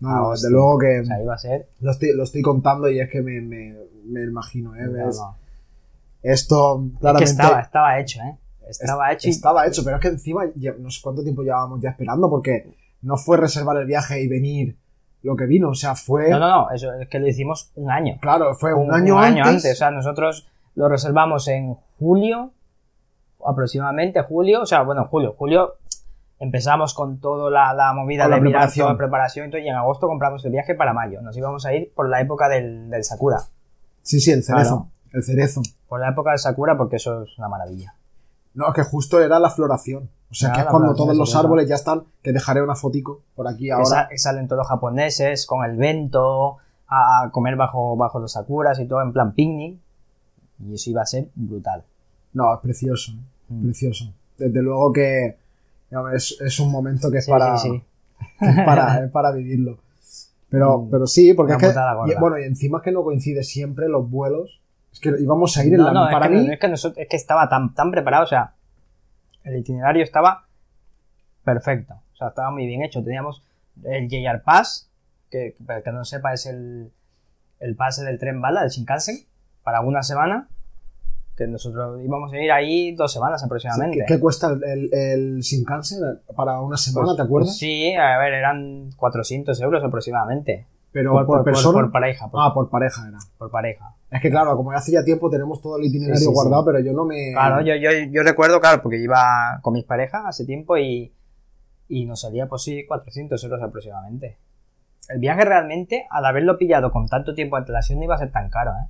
[SPEAKER 1] No,
[SPEAKER 2] Ah,
[SPEAKER 1] no, desde
[SPEAKER 2] hostia.
[SPEAKER 1] luego que
[SPEAKER 2] O sea, iba a ser.
[SPEAKER 1] lo, estoy, lo estoy contando y es que me, me, me imagino, ¿eh?
[SPEAKER 2] no,
[SPEAKER 1] Es-
[SPEAKER 2] no.
[SPEAKER 1] Esto
[SPEAKER 2] Es que
[SPEAKER 1] claramente
[SPEAKER 2] estaba, estaba hecho, ¿eh? Estaba hecho. y-
[SPEAKER 1] estaba hecho, pero es que encima ya- no sé cuánto tiempo llevábamos ya esperando porque no fue reservar el viaje y venir lo que vino, o sea, fue
[SPEAKER 2] No, no, no. Eso es que lo hicimos un año.
[SPEAKER 1] claro, fue un, año, antes.
[SPEAKER 2] O sea, nosotros lo reservamos en julio, aproximadamente julio. O sea, bueno, julio. Julio empezamos con toda la, la movida
[SPEAKER 1] Con la
[SPEAKER 2] de mirar
[SPEAKER 1] preparación.
[SPEAKER 2] toda la preparación. Entonces, y en agosto compramos el viaje para mayo. Nos íbamos a ir por la época del, del Sakura.
[SPEAKER 1] Sí, sí, el cerezo,
[SPEAKER 2] Claro.
[SPEAKER 1] el cerezo.
[SPEAKER 2] Por la época del Sakura, porque eso es una maravilla.
[SPEAKER 1] No, es que justo era la floración. O sea,
[SPEAKER 2] Era
[SPEAKER 1] que es
[SPEAKER 2] la
[SPEAKER 1] cuando
[SPEAKER 2] floración,
[SPEAKER 1] todos
[SPEAKER 2] sí,
[SPEAKER 1] los
[SPEAKER 2] claro.
[SPEAKER 1] árboles ya están, que dejaré una fotico por aquí
[SPEAKER 2] Que
[SPEAKER 1] ahora.
[SPEAKER 2] sa- que salen todos los japoneses con el vento a a comer bajo, bajo los Sakuras y todo en plan picnic. Y eso iba a ser brutal.
[SPEAKER 1] No, es precioso, ¿eh?
[SPEAKER 2] Mm.
[SPEAKER 1] precioso. Desde luego que no, es, es un momento que es
[SPEAKER 2] Sí,
[SPEAKER 1] para,
[SPEAKER 2] sí, sí.
[SPEAKER 1] es (laughs)
[SPEAKER 2] (laughs)
[SPEAKER 1] para, es para vivirlo. Pero,
[SPEAKER 2] Mm.
[SPEAKER 1] pero sí, porque
[SPEAKER 2] Una
[SPEAKER 1] es que,
[SPEAKER 2] putada gorda.
[SPEAKER 1] y- bueno, y encima es que no coincide siempre los vuelos. Es que íbamos a ir en
[SPEAKER 2] No,
[SPEAKER 1] la,
[SPEAKER 2] no, es
[SPEAKER 1] para
[SPEAKER 2] que no,
[SPEAKER 1] mí,
[SPEAKER 2] es que, nosotros- es que estaba tan, tan preparado, o sea, el itinerario estaba perfecto, o sea, estaba muy bien hecho. Teníamos el JR Pass, que para el que no sepa es el, el pase del tren bala, del Shinkansen, para una semana, que nosotros íbamos a ir ahí dos semanas aproximadamente.
[SPEAKER 1] ¿qué, qué cuesta el, el, el Shinkansen para una semana,
[SPEAKER 2] Pues-
[SPEAKER 1] te acuerdas?
[SPEAKER 2] pues sí, a ver, eran 400 euros aproximadamente.
[SPEAKER 1] pero
[SPEAKER 2] por,
[SPEAKER 1] por,
[SPEAKER 2] por- por-
[SPEAKER 1] persona.
[SPEAKER 2] por pareja, por,
[SPEAKER 1] ah, por pareja era.
[SPEAKER 2] por pareja.
[SPEAKER 1] Es que claro, como hace ya tiempo tenemos todo el itinerario
[SPEAKER 2] Sí, sí, sí.
[SPEAKER 1] guardado, pero yo no me...
[SPEAKER 2] Claro, yo, yo, yo recuerdo, claro, porque iba con mis parejas hace tiempo y, y nos salía, pues sí, 400 euros aproximadamente. El viaje realmente, al haberlo pillado con tanto tiempo de antelación, no iba a ser tan caro, ¿eh?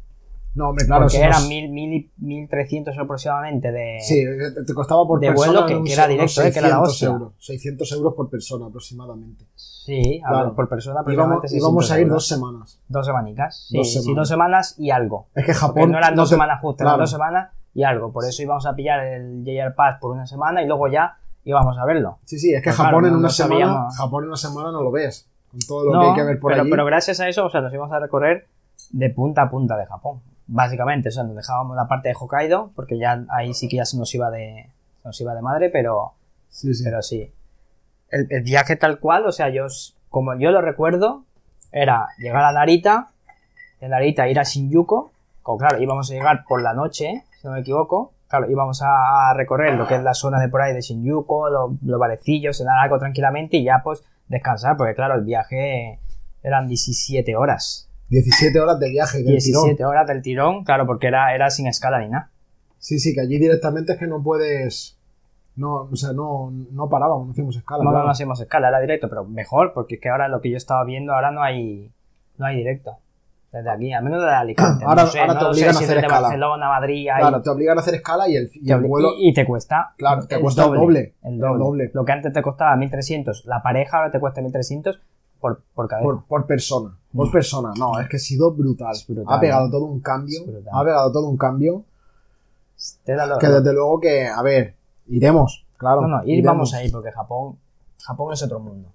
[SPEAKER 1] No, hombre, claro.
[SPEAKER 2] porque
[SPEAKER 1] si nos-
[SPEAKER 2] eran 1000, 1000 y 1300 aproximadamente de...
[SPEAKER 1] Sí, te costaba por
[SPEAKER 2] de
[SPEAKER 1] persona
[SPEAKER 2] vuelo que- que era
[SPEAKER 1] unos
[SPEAKER 2] directo, eh, que era la
[SPEAKER 1] 600
[SPEAKER 2] hostia.
[SPEAKER 1] euros, 600 euros por persona aproximadamente.
[SPEAKER 2] Sí, a
[SPEAKER 1] Claro.
[SPEAKER 2] ver, por persona aproximadamente
[SPEAKER 1] Íbamos, íbamos
[SPEAKER 2] 600
[SPEAKER 1] a ir
[SPEAKER 2] euros.
[SPEAKER 1] dos semanas.
[SPEAKER 2] Dos semanicas. Sí,
[SPEAKER 1] Dos
[SPEAKER 2] sí,
[SPEAKER 1] semanas.
[SPEAKER 2] dos semanas y algo.
[SPEAKER 1] Es que
[SPEAKER 2] Porque
[SPEAKER 1] Japón...
[SPEAKER 2] no eran dos
[SPEAKER 1] te-
[SPEAKER 2] semanas justas,
[SPEAKER 1] claro.
[SPEAKER 2] eran dos semanas y algo. Por eso íbamos a pillar el JR Pass por una semana y luego ya íbamos a verlo.
[SPEAKER 1] Sí, sí, es que
[SPEAKER 2] Pues
[SPEAKER 1] Japón,
[SPEAKER 2] claro,
[SPEAKER 1] en
[SPEAKER 2] no-
[SPEAKER 1] una
[SPEAKER 2] no
[SPEAKER 1] semana,
[SPEAKER 2] sabíamos.
[SPEAKER 1] Japón en una semana no lo ves. Con todo lo
[SPEAKER 2] No,
[SPEAKER 1] que hay que ver por
[SPEAKER 2] pero,
[SPEAKER 1] allí.
[SPEAKER 2] pero gracias a eso, o sea, nos íbamos a recorrer de punta a punta de Japón. Básicamente, o sea, nos dejábamos la parte de Hokkaido, porque ya ahí sí que ya se nos iba de, se nos iba de madre, pero,
[SPEAKER 1] sí, sí.
[SPEAKER 2] pero sí. El, el viaje tal cual, o sea, yo, s- como yo lo recuerdo, era llegar a Narita, de Narita ir a Shinjuku, como claro, íbamos a llegar por la noche, si no me equivoco. Claro, íbamos a recorrer lo que es la zona de por ahí de Shinjuku, lo- los barecillos, cenar algo tranquilamente y ya pues descansar, porque claro, el viaje eran 17 horas.
[SPEAKER 1] 17 horas de viaje del
[SPEAKER 2] 17
[SPEAKER 1] tirón.
[SPEAKER 2] horas del tirón, claro, porque era, era sin escala ni nada.
[SPEAKER 1] Sí, sí, que allí directamente es que no puedes... No, o sea, no, no parábamos, no hicimos escala.
[SPEAKER 2] No, no,
[SPEAKER 1] claro.
[SPEAKER 2] no hacemos escala, era directo, pero mejor, porque es que ahora lo que yo estaba viendo, ahora no hay, no hay directo. Desde aquí, al menos desde Alicante.
[SPEAKER 1] Ahora-
[SPEAKER 2] no sé,
[SPEAKER 1] ahora
[SPEAKER 2] no
[SPEAKER 1] te
[SPEAKER 2] lo sé
[SPEAKER 1] obligan a
[SPEAKER 2] si
[SPEAKER 1] hacer
[SPEAKER 2] desde
[SPEAKER 1] escala.
[SPEAKER 2] Barcelona, Madrid, ahí
[SPEAKER 1] Claro, te obligan a hacer escala y el, y
[SPEAKER 2] Te
[SPEAKER 1] el
[SPEAKER 2] obli-
[SPEAKER 1] vuelo...
[SPEAKER 2] y, y te cuesta.
[SPEAKER 1] Claro, te cuesta el doble,
[SPEAKER 2] El
[SPEAKER 1] el
[SPEAKER 2] doble.
[SPEAKER 1] doble.
[SPEAKER 2] Lo que antes te costaba 1300, la pareja ahora te cuesta 1300 por, por cabeza.
[SPEAKER 1] Por, por persona, por persona. No, es que ha sido brutal.
[SPEAKER 2] Es brutal,
[SPEAKER 1] ha pegado
[SPEAKER 2] ¿eh?
[SPEAKER 1] todo un cambio.
[SPEAKER 2] Es brutal.
[SPEAKER 1] Ha pegado todo un cambio.
[SPEAKER 2] Te da lo-
[SPEAKER 1] Que desde luego que, a ver, iremos, claro.
[SPEAKER 2] no, no, ir
[SPEAKER 1] iremos.
[SPEAKER 2] vamos a ir porque Japón, Japón es otro mundo.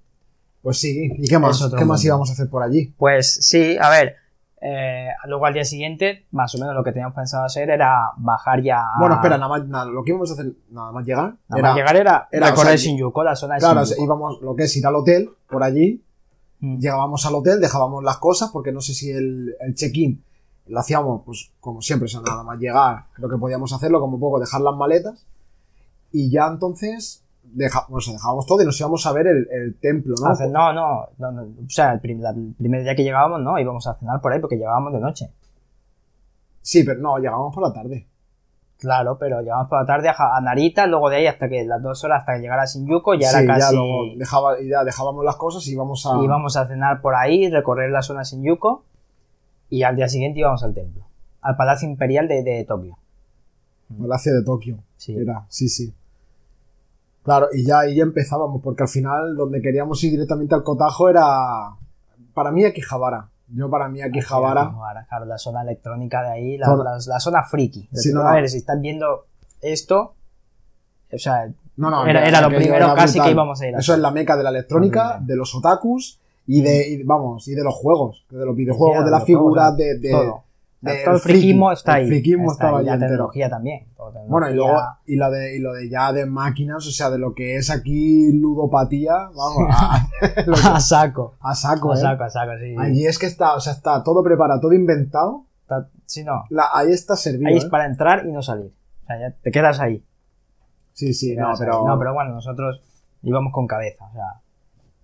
[SPEAKER 1] Pues sí, ¿y qué más?
[SPEAKER 2] Es otro
[SPEAKER 1] ¿Qué más
[SPEAKER 2] mundo.
[SPEAKER 1] íbamos a hacer por allí?
[SPEAKER 2] Pues sí, a ver. eh, luego al día siguiente, más o menos lo que teníamos pensado hacer era bajar ya. a-
[SPEAKER 1] Bueno, espera, nada más, nada, lo que íbamos a hacer, nada más llegar,
[SPEAKER 2] Ah. nada
[SPEAKER 1] era,
[SPEAKER 2] más llegar era,
[SPEAKER 1] era,
[SPEAKER 2] recorrer
[SPEAKER 1] o sea,
[SPEAKER 2] Shinjuku, la zona de
[SPEAKER 1] claro,
[SPEAKER 2] Shinjuku.
[SPEAKER 1] íbamos, lo que es ir al hotel, por allí,
[SPEAKER 2] Mm.
[SPEAKER 1] llegábamos al hotel, dejábamos las cosas, porque no sé si el, el check-in lo hacíamos, pues como siempre, o sea, nada más llegar, creo que podíamos hacerlo como poco, dejar las maletas, y ya entonces deja- o sea, dejábamos todo y nos íbamos a ver el, el templo, ¿no?
[SPEAKER 2] A cenar- no, no, no, no, o sea, el, prim- la- el primer día que llegábamos, no, íbamos a cenar por ahí porque llegábamos de noche.
[SPEAKER 1] Sí, pero no, llegábamos por la tarde.
[SPEAKER 2] Claro, pero llegamos por la tarde a, Ja- a Narita, luego de ahí hasta que las dos horas hasta que llegara a Shinjuku, ya
[SPEAKER 1] Sí,
[SPEAKER 2] era casi.
[SPEAKER 1] luego dejaba, ya dejábamos las cosas y íbamos a...
[SPEAKER 2] Íbamos a cenar por ahí, recorrer la zona de Shinjuku, y al día siguiente íbamos al templo, al Palacio Imperial de, de Tokio.
[SPEAKER 1] Palacio de Tokio.
[SPEAKER 2] Sí.
[SPEAKER 1] Era, sí, sí. Claro, y ya ahí ya empezábamos, porque al final donde queríamos ir directamente al cotajo era. Para mí, Akihabara. Yo para mí aquí
[SPEAKER 2] Aquí,
[SPEAKER 1] Javara.
[SPEAKER 2] no, ahora, claro, la zona electrónica de ahí, la,
[SPEAKER 1] Zona-
[SPEAKER 2] la- la zona friki.
[SPEAKER 1] Sí, no,
[SPEAKER 2] a
[SPEAKER 1] no.
[SPEAKER 2] ver, si estás viendo esto, o sea,
[SPEAKER 1] No, no,
[SPEAKER 2] Era-
[SPEAKER 1] que-
[SPEAKER 2] era lo
[SPEAKER 1] aquello
[SPEAKER 2] primero casi que
[SPEAKER 1] brutal.
[SPEAKER 2] íbamos a ir a
[SPEAKER 1] Eso es la meca de la electrónica,
[SPEAKER 2] Horrible.
[SPEAKER 1] de los otakus y de, y, vamos, y de los juegos, de los videojuegos,
[SPEAKER 2] Ya,
[SPEAKER 1] de las
[SPEAKER 2] de los juegos,
[SPEAKER 1] figuras,
[SPEAKER 2] o
[SPEAKER 1] de, de-
[SPEAKER 2] todo.
[SPEAKER 1] de-
[SPEAKER 2] todo el friquismo está ahí.
[SPEAKER 1] El
[SPEAKER 2] está
[SPEAKER 1] friquismo estaba
[SPEAKER 2] ahí,
[SPEAKER 1] ahí
[SPEAKER 2] La
[SPEAKER 1] entero.
[SPEAKER 2] tecnología también. todo
[SPEAKER 1] Bueno, y
[SPEAKER 2] (laughs) tecnología.
[SPEAKER 1] luego, y lo de, y lo de ya de máquinas, o sea, de lo que es aquí ludopatía, vamos, a, lo que-
[SPEAKER 2] a saco.
[SPEAKER 1] a
[SPEAKER 2] (laughs)
[SPEAKER 1] saco,
[SPEAKER 2] A
[SPEAKER 1] ¿eh?
[SPEAKER 2] saco, a saco, sí.
[SPEAKER 1] Allí es que está, o sea, está todo preparado, todo inventado,
[SPEAKER 2] Está- sí, no.
[SPEAKER 1] la- ahí está servido,
[SPEAKER 2] Ahí es
[SPEAKER 1] ¿eh?
[SPEAKER 2] para entrar y no salir. O sea, ya te quedas ahí.
[SPEAKER 1] Sí, sí,
[SPEAKER 2] te
[SPEAKER 1] no,
[SPEAKER 2] quedas
[SPEAKER 1] pero...
[SPEAKER 2] ahí. No, pero bueno, nosotros íbamos con cabeza. O sea,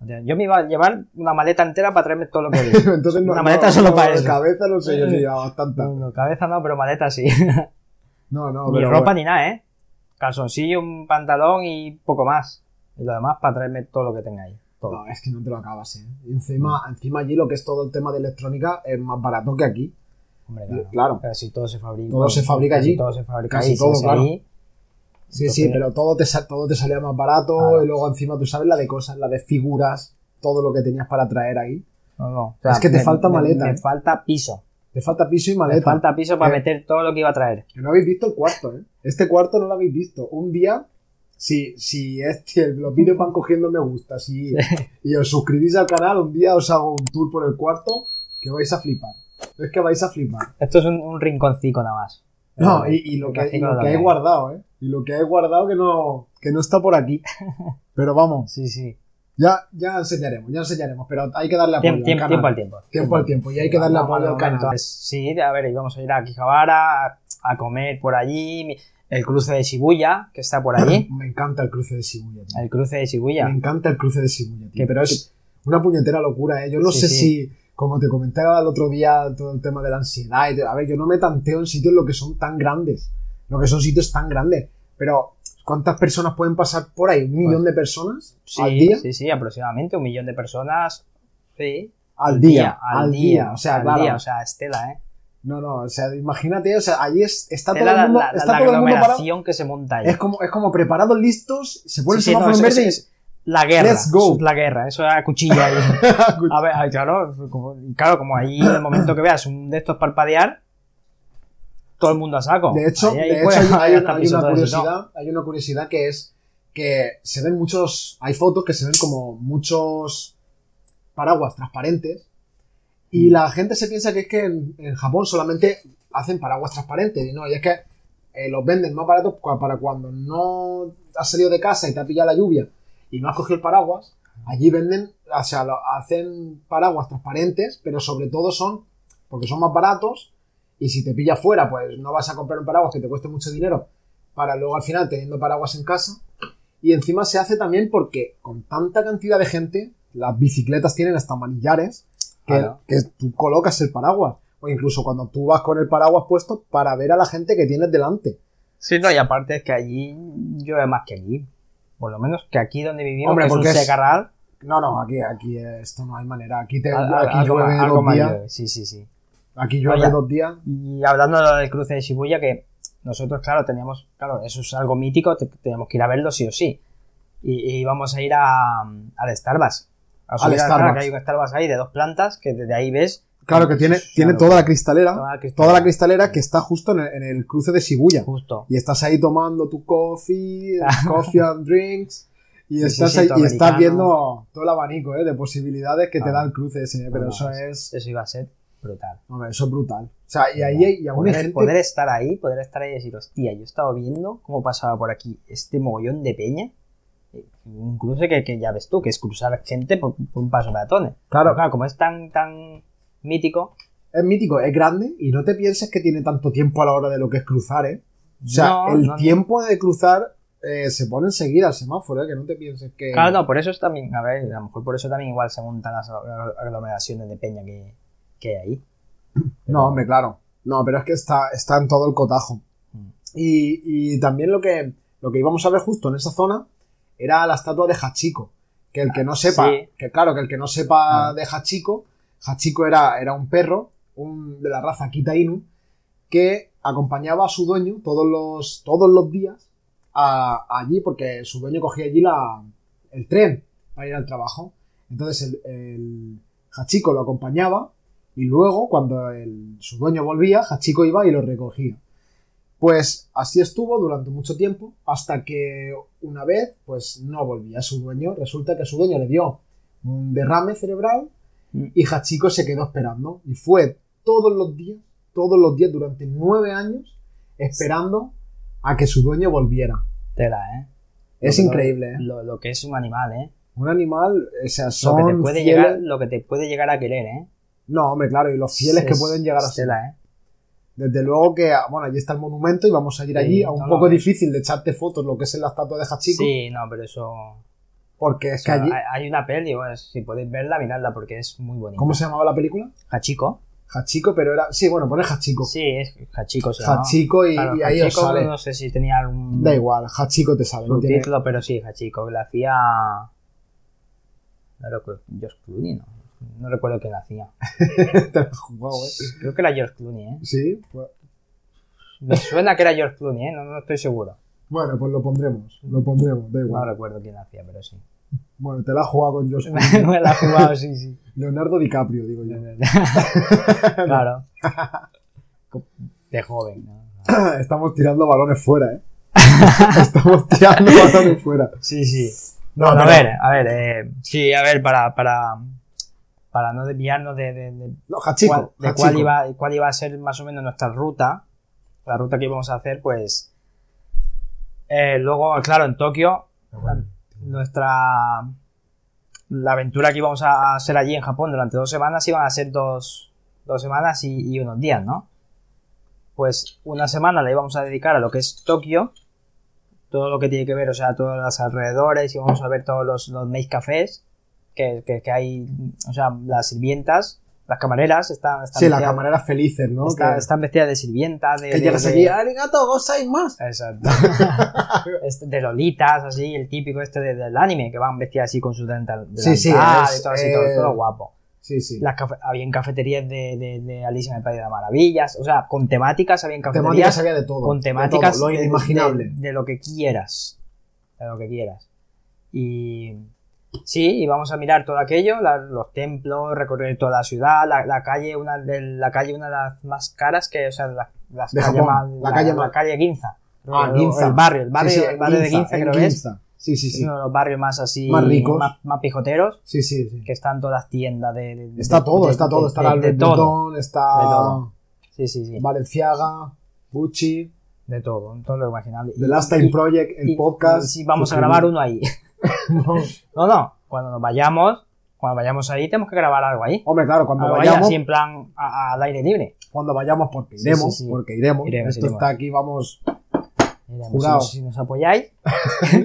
[SPEAKER 2] o sea, yo me iba a llevar una maleta entera para traerme todo lo
[SPEAKER 1] (laughs)
[SPEAKER 2] que había.
[SPEAKER 1] (laughs) Entonces no,
[SPEAKER 2] Una
[SPEAKER 1] no,
[SPEAKER 2] maleta solo
[SPEAKER 1] no,
[SPEAKER 2] para
[SPEAKER 1] de
[SPEAKER 2] eso.
[SPEAKER 1] cabeza no sé yo
[SPEAKER 2] (laughs)
[SPEAKER 1] si llevaba tanta.
[SPEAKER 2] No, no, cabeza no, pero maleta sí. (laughs)
[SPEAKER 1] No, no,
[SPEAKER 2] ni
[SPEAKER 1] pero
[SPEAKER 2] ropa
[SPEAKER 1] bueno.
[SPEAKER 2] ni nada, ¿eh? Calzoncillo, un pantalón y poco más. Y lo demás para traerme todo lo que tenga ahí. Todo.
[SPEAKER 1] No, es que no te lo acabas, ¿eh? Encima, encima allí lo que es todo el tema de electrónica es más barato que aquí.
[SPEAKER 2] Hombre, claro.
[SPEAKER 1] Claro.
[SPEAKER 2] Casi todo se fabrica.
[SPEAKER 1] Todo se fabrica
[SPEAKER 2] casi
[SPEAKER 1] allí.
[SPEAKER 2] Todo se fabrica
[SPEAKER 1] Casi
[SPEAKER 2] ahí, se
[SPEAKER 1] todo,
[SPEAKER 2] hace
[SPEAKER 1] claro.
[SPEAKER 2] ahí.
[SPEAKER 1] Sí,
[SPEAKER 2] Entonces-
[SPEAKER 1] sí, pero todo te, sa- todo te salía más barato
[SPEAKER 2] Claro.
[SPEAKER 1] y luego encima tú sabes la de cosas, la de figuras, todo lo que tenías para traer ahí.
[SPEAKER 2] No, no. O
[SPEAKER 1] Es que te falta maleta,
[SPEAKER 2] Me,
[SPEAKER 1] ¿eh?
[SPEAKER 2] falta piso.
[SPEAKER 1] Te falta piso y
[SPEAKER 2] Me
[SPEAKER 1] maleta.
[SPEAKER 2] falta piso para
[SPEAKER 1] Eh.
[SPEAKER 2] meter todo lo que iba a traer.
[SPEAKER 1] Que no habéis visto el cuarto, ¿eh? Este cuarto no lo habéis visto. Un día, si, si este, los vídeos van cogiendo me gusta
[SPEAKER 2] (laughs)
[SPEAKER 1] si, y os suscribís al canal, un día os hago un tour por el cuarto que vais a flipar. Es que vais a flipar.
[SPEAKER 2] Esto es un, un rinconcito nada más.
[SPEAKER 1] No,
[SPEAKER 2] Eh,
[SPEAKER 1] y, y lo que, y
[SPEAKER 2] rinconcito
[SPEAKER 1] lo
[SPEAKER 2] de
[SPEAKER 1] que hay
[SPEAKER 2] la-
[SPEAKER 1] guardado, ¿eh? Y lo que hay guardado que no, que no está
[SPEAKER 2] (laughs)
[SPEAKER 1] por aquí. Pero vamos,
[SPEAKER 2] Sí, sí.
[SPEAKER 1] ya, ya enseñaremos, ya enseñaremos. Pero hay que darle apoyo
[SPEAKER 2] Tiemp- tiemp-
[SPEAKER 1] al
[SPEAKER 2] tiempo al
[SPEAKER 1] canal.
[SPEAKER 2] tiempo.
[SPEAKER 1] Tiempo al tiempo. Y hay que darle
[SPEAKER 2] Vamos
[SPEAKER 1] apoyo
[SPEAKER 2] de
[SPEAKER 1] al canal.
[SPEAKER 2] momento. Sí, a ver, íbamos a ir a Quijabara a, a comer por allí. mi- El cruce de Shibuya, que está por
[SPEAKER 1] (coughs)
[SPEAKER 2] allí.
[SPEAKER 1] Me encanta el cruce de Shibuya, tío.
[SPEAKER 2] El cruce de Shibuya.
[SPEAKER 1] Me encanta el cruce de Shibuya, tío.
[SPEAKER 2] Que-
[SPEAKER 1] Pero es una puñetera locura, ¿eh? Yo no
[SPEAKER 2] Sí,
[SPEAKER 1] sé
[SPEAKER 2] sí.
[SPEAKER 1] si, como te comentaba el otro día, todo el tema de la ansiedad. y todo- A ver, yo no me tanteo en sitios lo que son tan grandes. Lo que son sitios tan grandes. Pero, ¿cuántas personas pueden pasar por ahí? ¿Un millón de personas
[SPEAKER 2] Pues Sí,
[SPEAKER 1] al día?
[SPEAKER 2] sí, sí, aproximadamente un millón de personas. Sí.
[SPEAKER 1] Al día, al día, o sea,
[SPEAKER 2] al
[SPEAKER 1] claro.
[SPEAKER 2] día, o sea, Estela, ¿eh?
[SPEAKER 1] No, no, o sea, imagínate, o sea, allí es- está todo
[SPEAKER 2] Estela,
[SPEAKER 1] el
[SPEAKER 2] la,
[SPEAKER 1] mundo,
[SPEAKER 2] la- la-
[SPEAKER 1] está
[SPEAKER 2] la
[SPEAKER 1] todo el mundo parado.
[SPEAKER 2] aglomeración que se monta ahí.
[SPEAKER 1] Es como, es como preparados, listos, se pone
[SPEAKER 2] Sí,
[SPEAKER 1] el
[SPEAKER 2] sí, no,
[SPEAKER 1] semáforo
[SPEAKER 2] es-
[SPEAKER 1] en verde
[SPEAKER 2] es-
[SPEAKER 1] (laughs)
[SPEAKER 2] es la guerra.
[SPEAKER 1] Let's go.
[SPEAKER 2] eso es la guerra, eso es la cuchilla
[SPEAKER 1] (laughs)
[SPEAKER 2] ahí.
[SPEAKER 1] y...
[SPEAKER 2] A ver, ay, claro, como, claro, como ahí en el momento que veas un de estos parpadear, todo el mundo a saco.
[SPEAKER 1] De hecho,
[SPEAKER 2] Ahí- ahí
[SPEAKER 1] de hecho
[SPEAKER 2] puede-
[SPEAKER 1] hay,
[SPEAKER 2] ahí
[SPEAKER 1] hay
[SPEAKER 2] hasta
[SPEAKER 1] una, hay
[SPEAKER 2] piso
[SPEAKER 1] una
[SPEAKER 2] todo eso, ¿no?
[SPEAKER 1] curiosidad, hay una curiosidad que es que se ven muchos, hay fotos que se ven como muchos paraguas transparentes
[SPEAKER 2] Mm.
[SPEAKER 1] y la gente se piensa que es que en, en Japón solamente hacen paraguas transparentes y no, y es que eh, los venden más baratos cua- para cuando no has salido de casa y te ha pillado la lluvia y no has cogido el paraguas, allí venden, o sea, lo- hacen paraguas transparentes, pero sobre todo son, porque son más baratos, y si te pilla fuera, pues no vas a comprar un paraguas que te cueste mucho dinero para luego al final teniendo paraguas en casa. Y encima se hace también porque con tanta cantidad de gente, las bicicletas tienen hasta manillares que,
[SPEAKER 2] Claro.
[SPEAKER 1] que tú colocas el paraguas. O incluso cuando tú vas con el paraguas puesto para ver a la gente que tienes delante.
[SPEAKER 2] Sí, no, y aparte es que allí llueve más que allí. Por lo menos que aquí donde vivimos,
[SPEAKER 1] Hombre,
[SPEAKER 2] que
[SPEAKER 1] porque
[SPEAKER 2] es
[SPEAKER 1] es-
[SPEAKER 2] un secarral,
[SPEAKER 1] No, no, aquí, aquí eh, esto no hay manera. Aquí, te,
[SPEAKER 2] al- al-
[SPEAKER 1] aquí
[SPEAKER 2] Ah, algo
[SPEAKER 1] llueve
[SPEAKER 2] más- algo
[SPEAKER 1] dos
[SPEAKER 2] más
[SPEAKER 1] días.
[SPEAKER 2] llueve, Sí, sí, sí.
[SPEAKER 1] Aquí llueve
[SPEAKER 2] Vaya.
[SPEAKER 1] dos días.
[SPEAKER 2] Y hablando de lo del cruce de Shibuya, que nosotros, claro, teníamos, claro, eso es algo mítico, te- teníamos que ir a verlo sí o sí. Y, y íbamos a ir a, al Starbucks. A subir
[SPEAKER 1] Starbucks.
[SPEAKER 2] claro, que hay un Starbucks ahí de dos plantas, que desde ahí ves
[SPEAKER 1] Claro que tiene, tiene
[SPEAKER 2] Claro.
[SPEAKER 1] toda la cristalera.
[SPEAKER 2] toda la cristalera.
[SPEAKER 1] Toda la cristalera que está justo en el, en el cruce de Shibuya.
[SPEAKER 2] Justo.
[SPEAKER 1] y estás ahí tomando
[SPEAKER 2] (laughs)
[SPEAKER 1] tu coffee, coffee and drinks, y
[SPEAKER 2] Sí,
[SPEAKER 1] estás
[SPEAKER 2] sí,
[SPEAKER 1] ahí,
[SPEAKER 2] sí,
[SPEAKER 1] y estás
[SPEAKER 2] americano.
[SPEAKER 1] viendo todo el abanico ¿eh? de posibilidades que te
[SPEAKER 2] Ah.
[SPEAKER 1] da el cruce ese, ¿eh? pero
[SPEAKER 2] No,
[SPEAKER 1] eso
[SPEAKER 2] no,
[SPEAKER 1] es,
[SPEAKER 2] Eso iba a ser brutal.
[SPEAKER 1] hombre, eso es brutal. O sea, y ahí hay- y aún hay
[SPEAKER 2] poder,
[SPEAKER 1] gente,
[SPEAKER 2] poder estar ahí, poder estar ahí y decir, hostia, yo he estado viendo cómo pasaba por aquí este mogollón de peña. eh, Un cruce que, que ya ves tú, que es cruzar gente por, por un paso de peatones. Pero
[SPEAKER 1] claro,
[SPEAKER 2] claro, como es tan, tan mítico,
[SPEAKER 1] es mítico, es grande y no te pienses que tiene tanto tiempo a la hora de lo que es cruzar, ¿eh? O sea,
[SPEAKER 2] No,
[SPEAKER 1] el
[SPEAKER 2] no, no.
[SPEAKER 1] tiempo de cruzar eh, se pone enseguida al semáforo, ¿eh? que no te pienses que...
[SPEAKER 2] Claro, no, por eso es también, a ver, a lo mejor por eso también igual se montan las aglo- aglomeraciones de peña que, que hay ahí.
[SPEAKER 1] No, hombre, claro. No, pero es que está, está en todo el cotajo.
[SPEAKER 2] Mm.
[SPEAKER 1] Y, y también lo que, lo que íbamos a ver justo en esa zona era la estatua de Hachiko. Que el que no sepa,
[SPEAKER 2] sí.
[SPEAKER 1] que claro, que el que no sepa
[SPEAKER 2] Mm.
[SPEAKER 1] de Hachiko, Hachiko era, era un perro un, de la raza Kita Inu que acompañaba a su dueño todos los, todos los días a- allí porque su dueño cogía allí la, el tren para ir al trabajo. Entonces el, el Hachiko lo acompañaba Y luego, cuando el- su dueño volvía, Hachiko iba y lo recogía. Pues así estuvo durante mucho tiempo, hasta que una vez, pues no volvía su dueño. Resulta que su dueño le dio un derrame cerebral
[SPEAKER 2] Mm.
[SPEAKER 1] y Hachiko se quedó esperando. Y fue todos los días, todos los días durante nueve años, esperando a que su dueño volviera.
[SPEAKER 2] Tela, ¿eh?
[SPEAKER 1] Es
[SPEAKER 2] Lo-
[SPEAKER 1] increíble, ¿eh?
[SPEAKER 2] Lo, lo que es un animal, ¿eh?
[SPEAKER 1] Un animal, o sea,
[SPEAKER 2] Lo
[SPEAKER 1] son
[SPEAKER 2] que, te puede
[SPEAKER 1] fieles-
[SPEAKER 2] llegar, lo que te puede llegar a querer, ¿eh?
[SPEAKER 1] No, hombre, claro, y los fieles que
[SPEAKER 2] Es-
[SPEAKER 1] pueden llegar a ser.
[SPEAKER 2] Tela, ¿eh?
[SPEAKER 1] Desde luego que, ah, bueno, allí está el monumento y vamos a ir allí.
[SPEAKER 2] Sí,
[SPEAKER 1] a un
[SPEAKER 2] no,
[SPEAKER 1] poco
[SPEAKER 2] no.
[SPEAKER 1] difícil de echarte fotos lo que es en la estatua de Hachiko,
[SPEAKER 2] Sí, no, pero eso...
[SPEAKER 1] porque es
[SPEAKER 2] o
[SPEAKER 1] que
[SPEAKER 2] sea,
[SPEAKER 1] allí...
[SPEAKER 2] hay- Hay una peli, bueno, si podéis verla, miradla porque es muy bonita.
[SPEAKER 1] ¿Cómo se llamaba la película?
[SPEAKER 2] Hachiko.
[SPEAKER 1] Hachiko, pero era... Sí, bueno, pone Hachiko.
[SPEAKER 2] Sí, es Hachiko. Se llama.
[SPEAKER 1] Hachiko y,
[SPEAKER 2] Claro,
[SPEAKER 1] y ahí os
[SPEAKER 2] Hachiko,
[SPEAKER 1] sale.
[SPEAKER 2] No sé si tenía algún
[SPEAKER 1] Da igual, Hachiko te sale. no tiene-
[SPEAKER 2] subtítulo, pero sí, Hachiko. que La hacía. No recuerdo. George Clooney, no. No recuerdo quién la hacía.
[SPEAKER 1] (laughs) te la has jugado, ¿eh?
[SPEAKER 2] Creo que era George Clooney, ¿eh?
[SPEAKER 1] Sí, pues-
[SPEAKER 2] Me suena que era George Clooney, ¿eh? No, no estoy seguro.
[SPEAKER 1] Bueno, pues lo pondremos, lo pondremos, da
[SPEAKER 2] No
[SPEAKER 1] igual.
[SPEAKER 2] recuerdo quién la hacía, pero sí. (laughs)
[SPEAKER 1] Bueno, te la has jugado con Josh.
[SPEAKER 2] Me la ha jugado, sí,
[SPEAKER 1] (laughs)
[SPEAKER 2] sí.
[SPEAKER 1] Leonardo DiCaprio, digo yo.
[SPEAKER 2] claro. De joven, ¿no?
[SPEAKER 1] (laughs) Estamos tirando balones
[SPEAKER 2] (laughs)
[SPEAKER 1] fuera, ¿eh? Estamos tirando balones fuera.
[SPEAKER 2] Sí, sí.
[SPEAKER 1] No,
[SPEAKER 2] Bueno, a
[SPEAKER 1] pero-
[SPEAKER 2] ver, a ver, eh, sí, a ver, para, para, para no desviarnos de, de- de
[SPEAKER 1] No, Hachiko.
[SPEAKER 2] cuál, de
[SPEAKER 1] Hachiko.
[SPEAKER 2] cuál iba, cuál iba a ser más o menos nuestra ruta, la ruta que íbamos a hacer, pues eh, luego, claro, en Tokio, nuestra la aventura que íbamos a hacer allí en Japón durante dos semanas iban a ser dos, dos semanas y, y unos días, ¿no? Pues una semana la íbamos a dedicar a lo que es Tokio, todo lo que tiene que ver, o sea, todos los alrededores, íbamos a ver todos los, los maid cafés que, que- que hay, o sea, las sirvientas, las camareras, están, están
[SPEAKER 1] Sí, las
[SPEAKER 2] vestidas-
[SPEAKER 1] camareras felices, ¿no?
[SPEAKER 2] está-
[SPEAKER 1] que
[SPEAKER 2] están vestidas de sirvienta, de...
[SPEAKER 1] que
[SPEAKER 2] de-
[SPEAKER 1] llegas
[SPEAKER 2] de-
[SPEAKER 1] aquí, ¿eh? arigato, gozais más. (laughs)
[SPEAKER 2] Exacto. Este, de lolitas, así, el típico este de- del anime, que van vestidas así con su dental,
[SPEAKER 1] Sí, sí,
[SPEAKER 2] delantal
[SPEAKER 1] es,
[SPEAKER 2] y todo así,
[SPEAKER 1] eh,
[SPEAKER 2] todo, todo guapo.
[SPEAKER 1] Sí, sí.
[SPEAKER 2] Las cafe- habían cafeterías de, de, de Alicia en el País de las Maravillas, o sea, con temáticas, habían
[SPEAKER 1] temáticas
[SPEAKER 2] cafeterías
[SPEAKER 1] había de todo.
[SPEAKER 2] con
[SPEAKER 1] de
[SPEAKER 2] temáticas
[SPEAKER 1] todo,
[SPEAKER 2] de-
[SPEAKER 1] lo
[SPEAKER 2] de-
[SPEAKER 1] inimaginable.
[SPEAKER 2] De, de lo que quieras. De lo que quieras. Y sí, y vamos a mirar todo aquello, la- los templos, recorrer toda la ciudad, la, la calle, una de la calle, una de las más caras que, o sea, las, las
[SPEAKER 1] De
[SPEAKER 2] calles
[SPEAKER 1] Japón,
[SPEAKER 2] más-
[SPEAKER 1] la calle más-
[SPEAKER 2] calle Ginza.
[SPEAKER 1] Ah,
[SPEAKER 2] El-
[SPEAKER 1] Ginza.
[SPEAKER 2] Eh, El barrio, el barrio,
[SPEAKER 1] Sí, sí,
[SPEAKER 2] el
[SPEAKER 1] en
[SPEAKER 2] barrio de Ginza,
[SPEAKER 1] en
[SPEAKER 2] creo que es.
[SPEAKER 1] Ginza. Sí, sí,
[SPEAKER 2] Es
[SPEAKER 1] sí.
[SPEAKER 2] uno de los barrios más así,
[SPEAKER 1] Más ricos.
[SPEAKER 2] más, más pijoteros,
[SPEAKER 1] Sí, sí, sí.
[SPEAKER 2] que están todas las tiendas de... de-
[SPEAKER 1] Está
[SPEAKER 2] de-
[SPEAKER 1] todo,
[SPEAKER 2] de-
[SPEAKER 1] está todo.
[SPEAKER 2] de-
[SPEAKER 1] Está
[SPEAKER 2] de-
[SPEAKER 1] la
[SPEAKER 2] de todo. De
[SPEAKER 1] está
[SPEAKER 2] todo. Sí, sí, sí.
[SPEAKER 1] Valenciaga, Gucci,
[SPEAKER 2] De todo, todo lo imaginable.
[SPEAKER 1] The
[SPEAKER 2] Y-
[SPEAKER 1] Last Time
[SPEAKER 2] y-
[SPEAKER 1] Project, el
[SPEAKER 2] y-
[SPEAKER 1] podcast.
[SPEAKER 2] y Sí, vamos a grabar uno
[SPEAKER 1] (laughs)
[SPEAKER 2] ahí. (laughs)
[SPEAKER 1] uno.
[SPEAKER 2] No, no. Cuando nos vayamos, cuando vayamos ahí, tenemos que grabar algo ahí.
[SPEAKER 1] Hombre, claro, cuando
[SPEAKER 2] Algo ahí,
[SPEAKER 1] vayamos,
[SPEAKER 2] así en plan a- al aire libre.
[SPEAKER 1] cuando vayamos, porque
[SPEAKER 2] Sí,
[SPEAKER 1] iremos,
[SPEAKER 2] sí, sí.
[SPEAKER 1] porque iremos.
[SPEAKER 2] Iremos,
[SPEAKER 1] Esto
[SPEAKER 2] iremos.
[SPEAKER 1] está aquí, vamos. (laughs)
[SPEAKER 2] Iremos,
[SPEAKER 1] Jurado.
[SPEAKER 2] Si, nos, si nos apoyáis,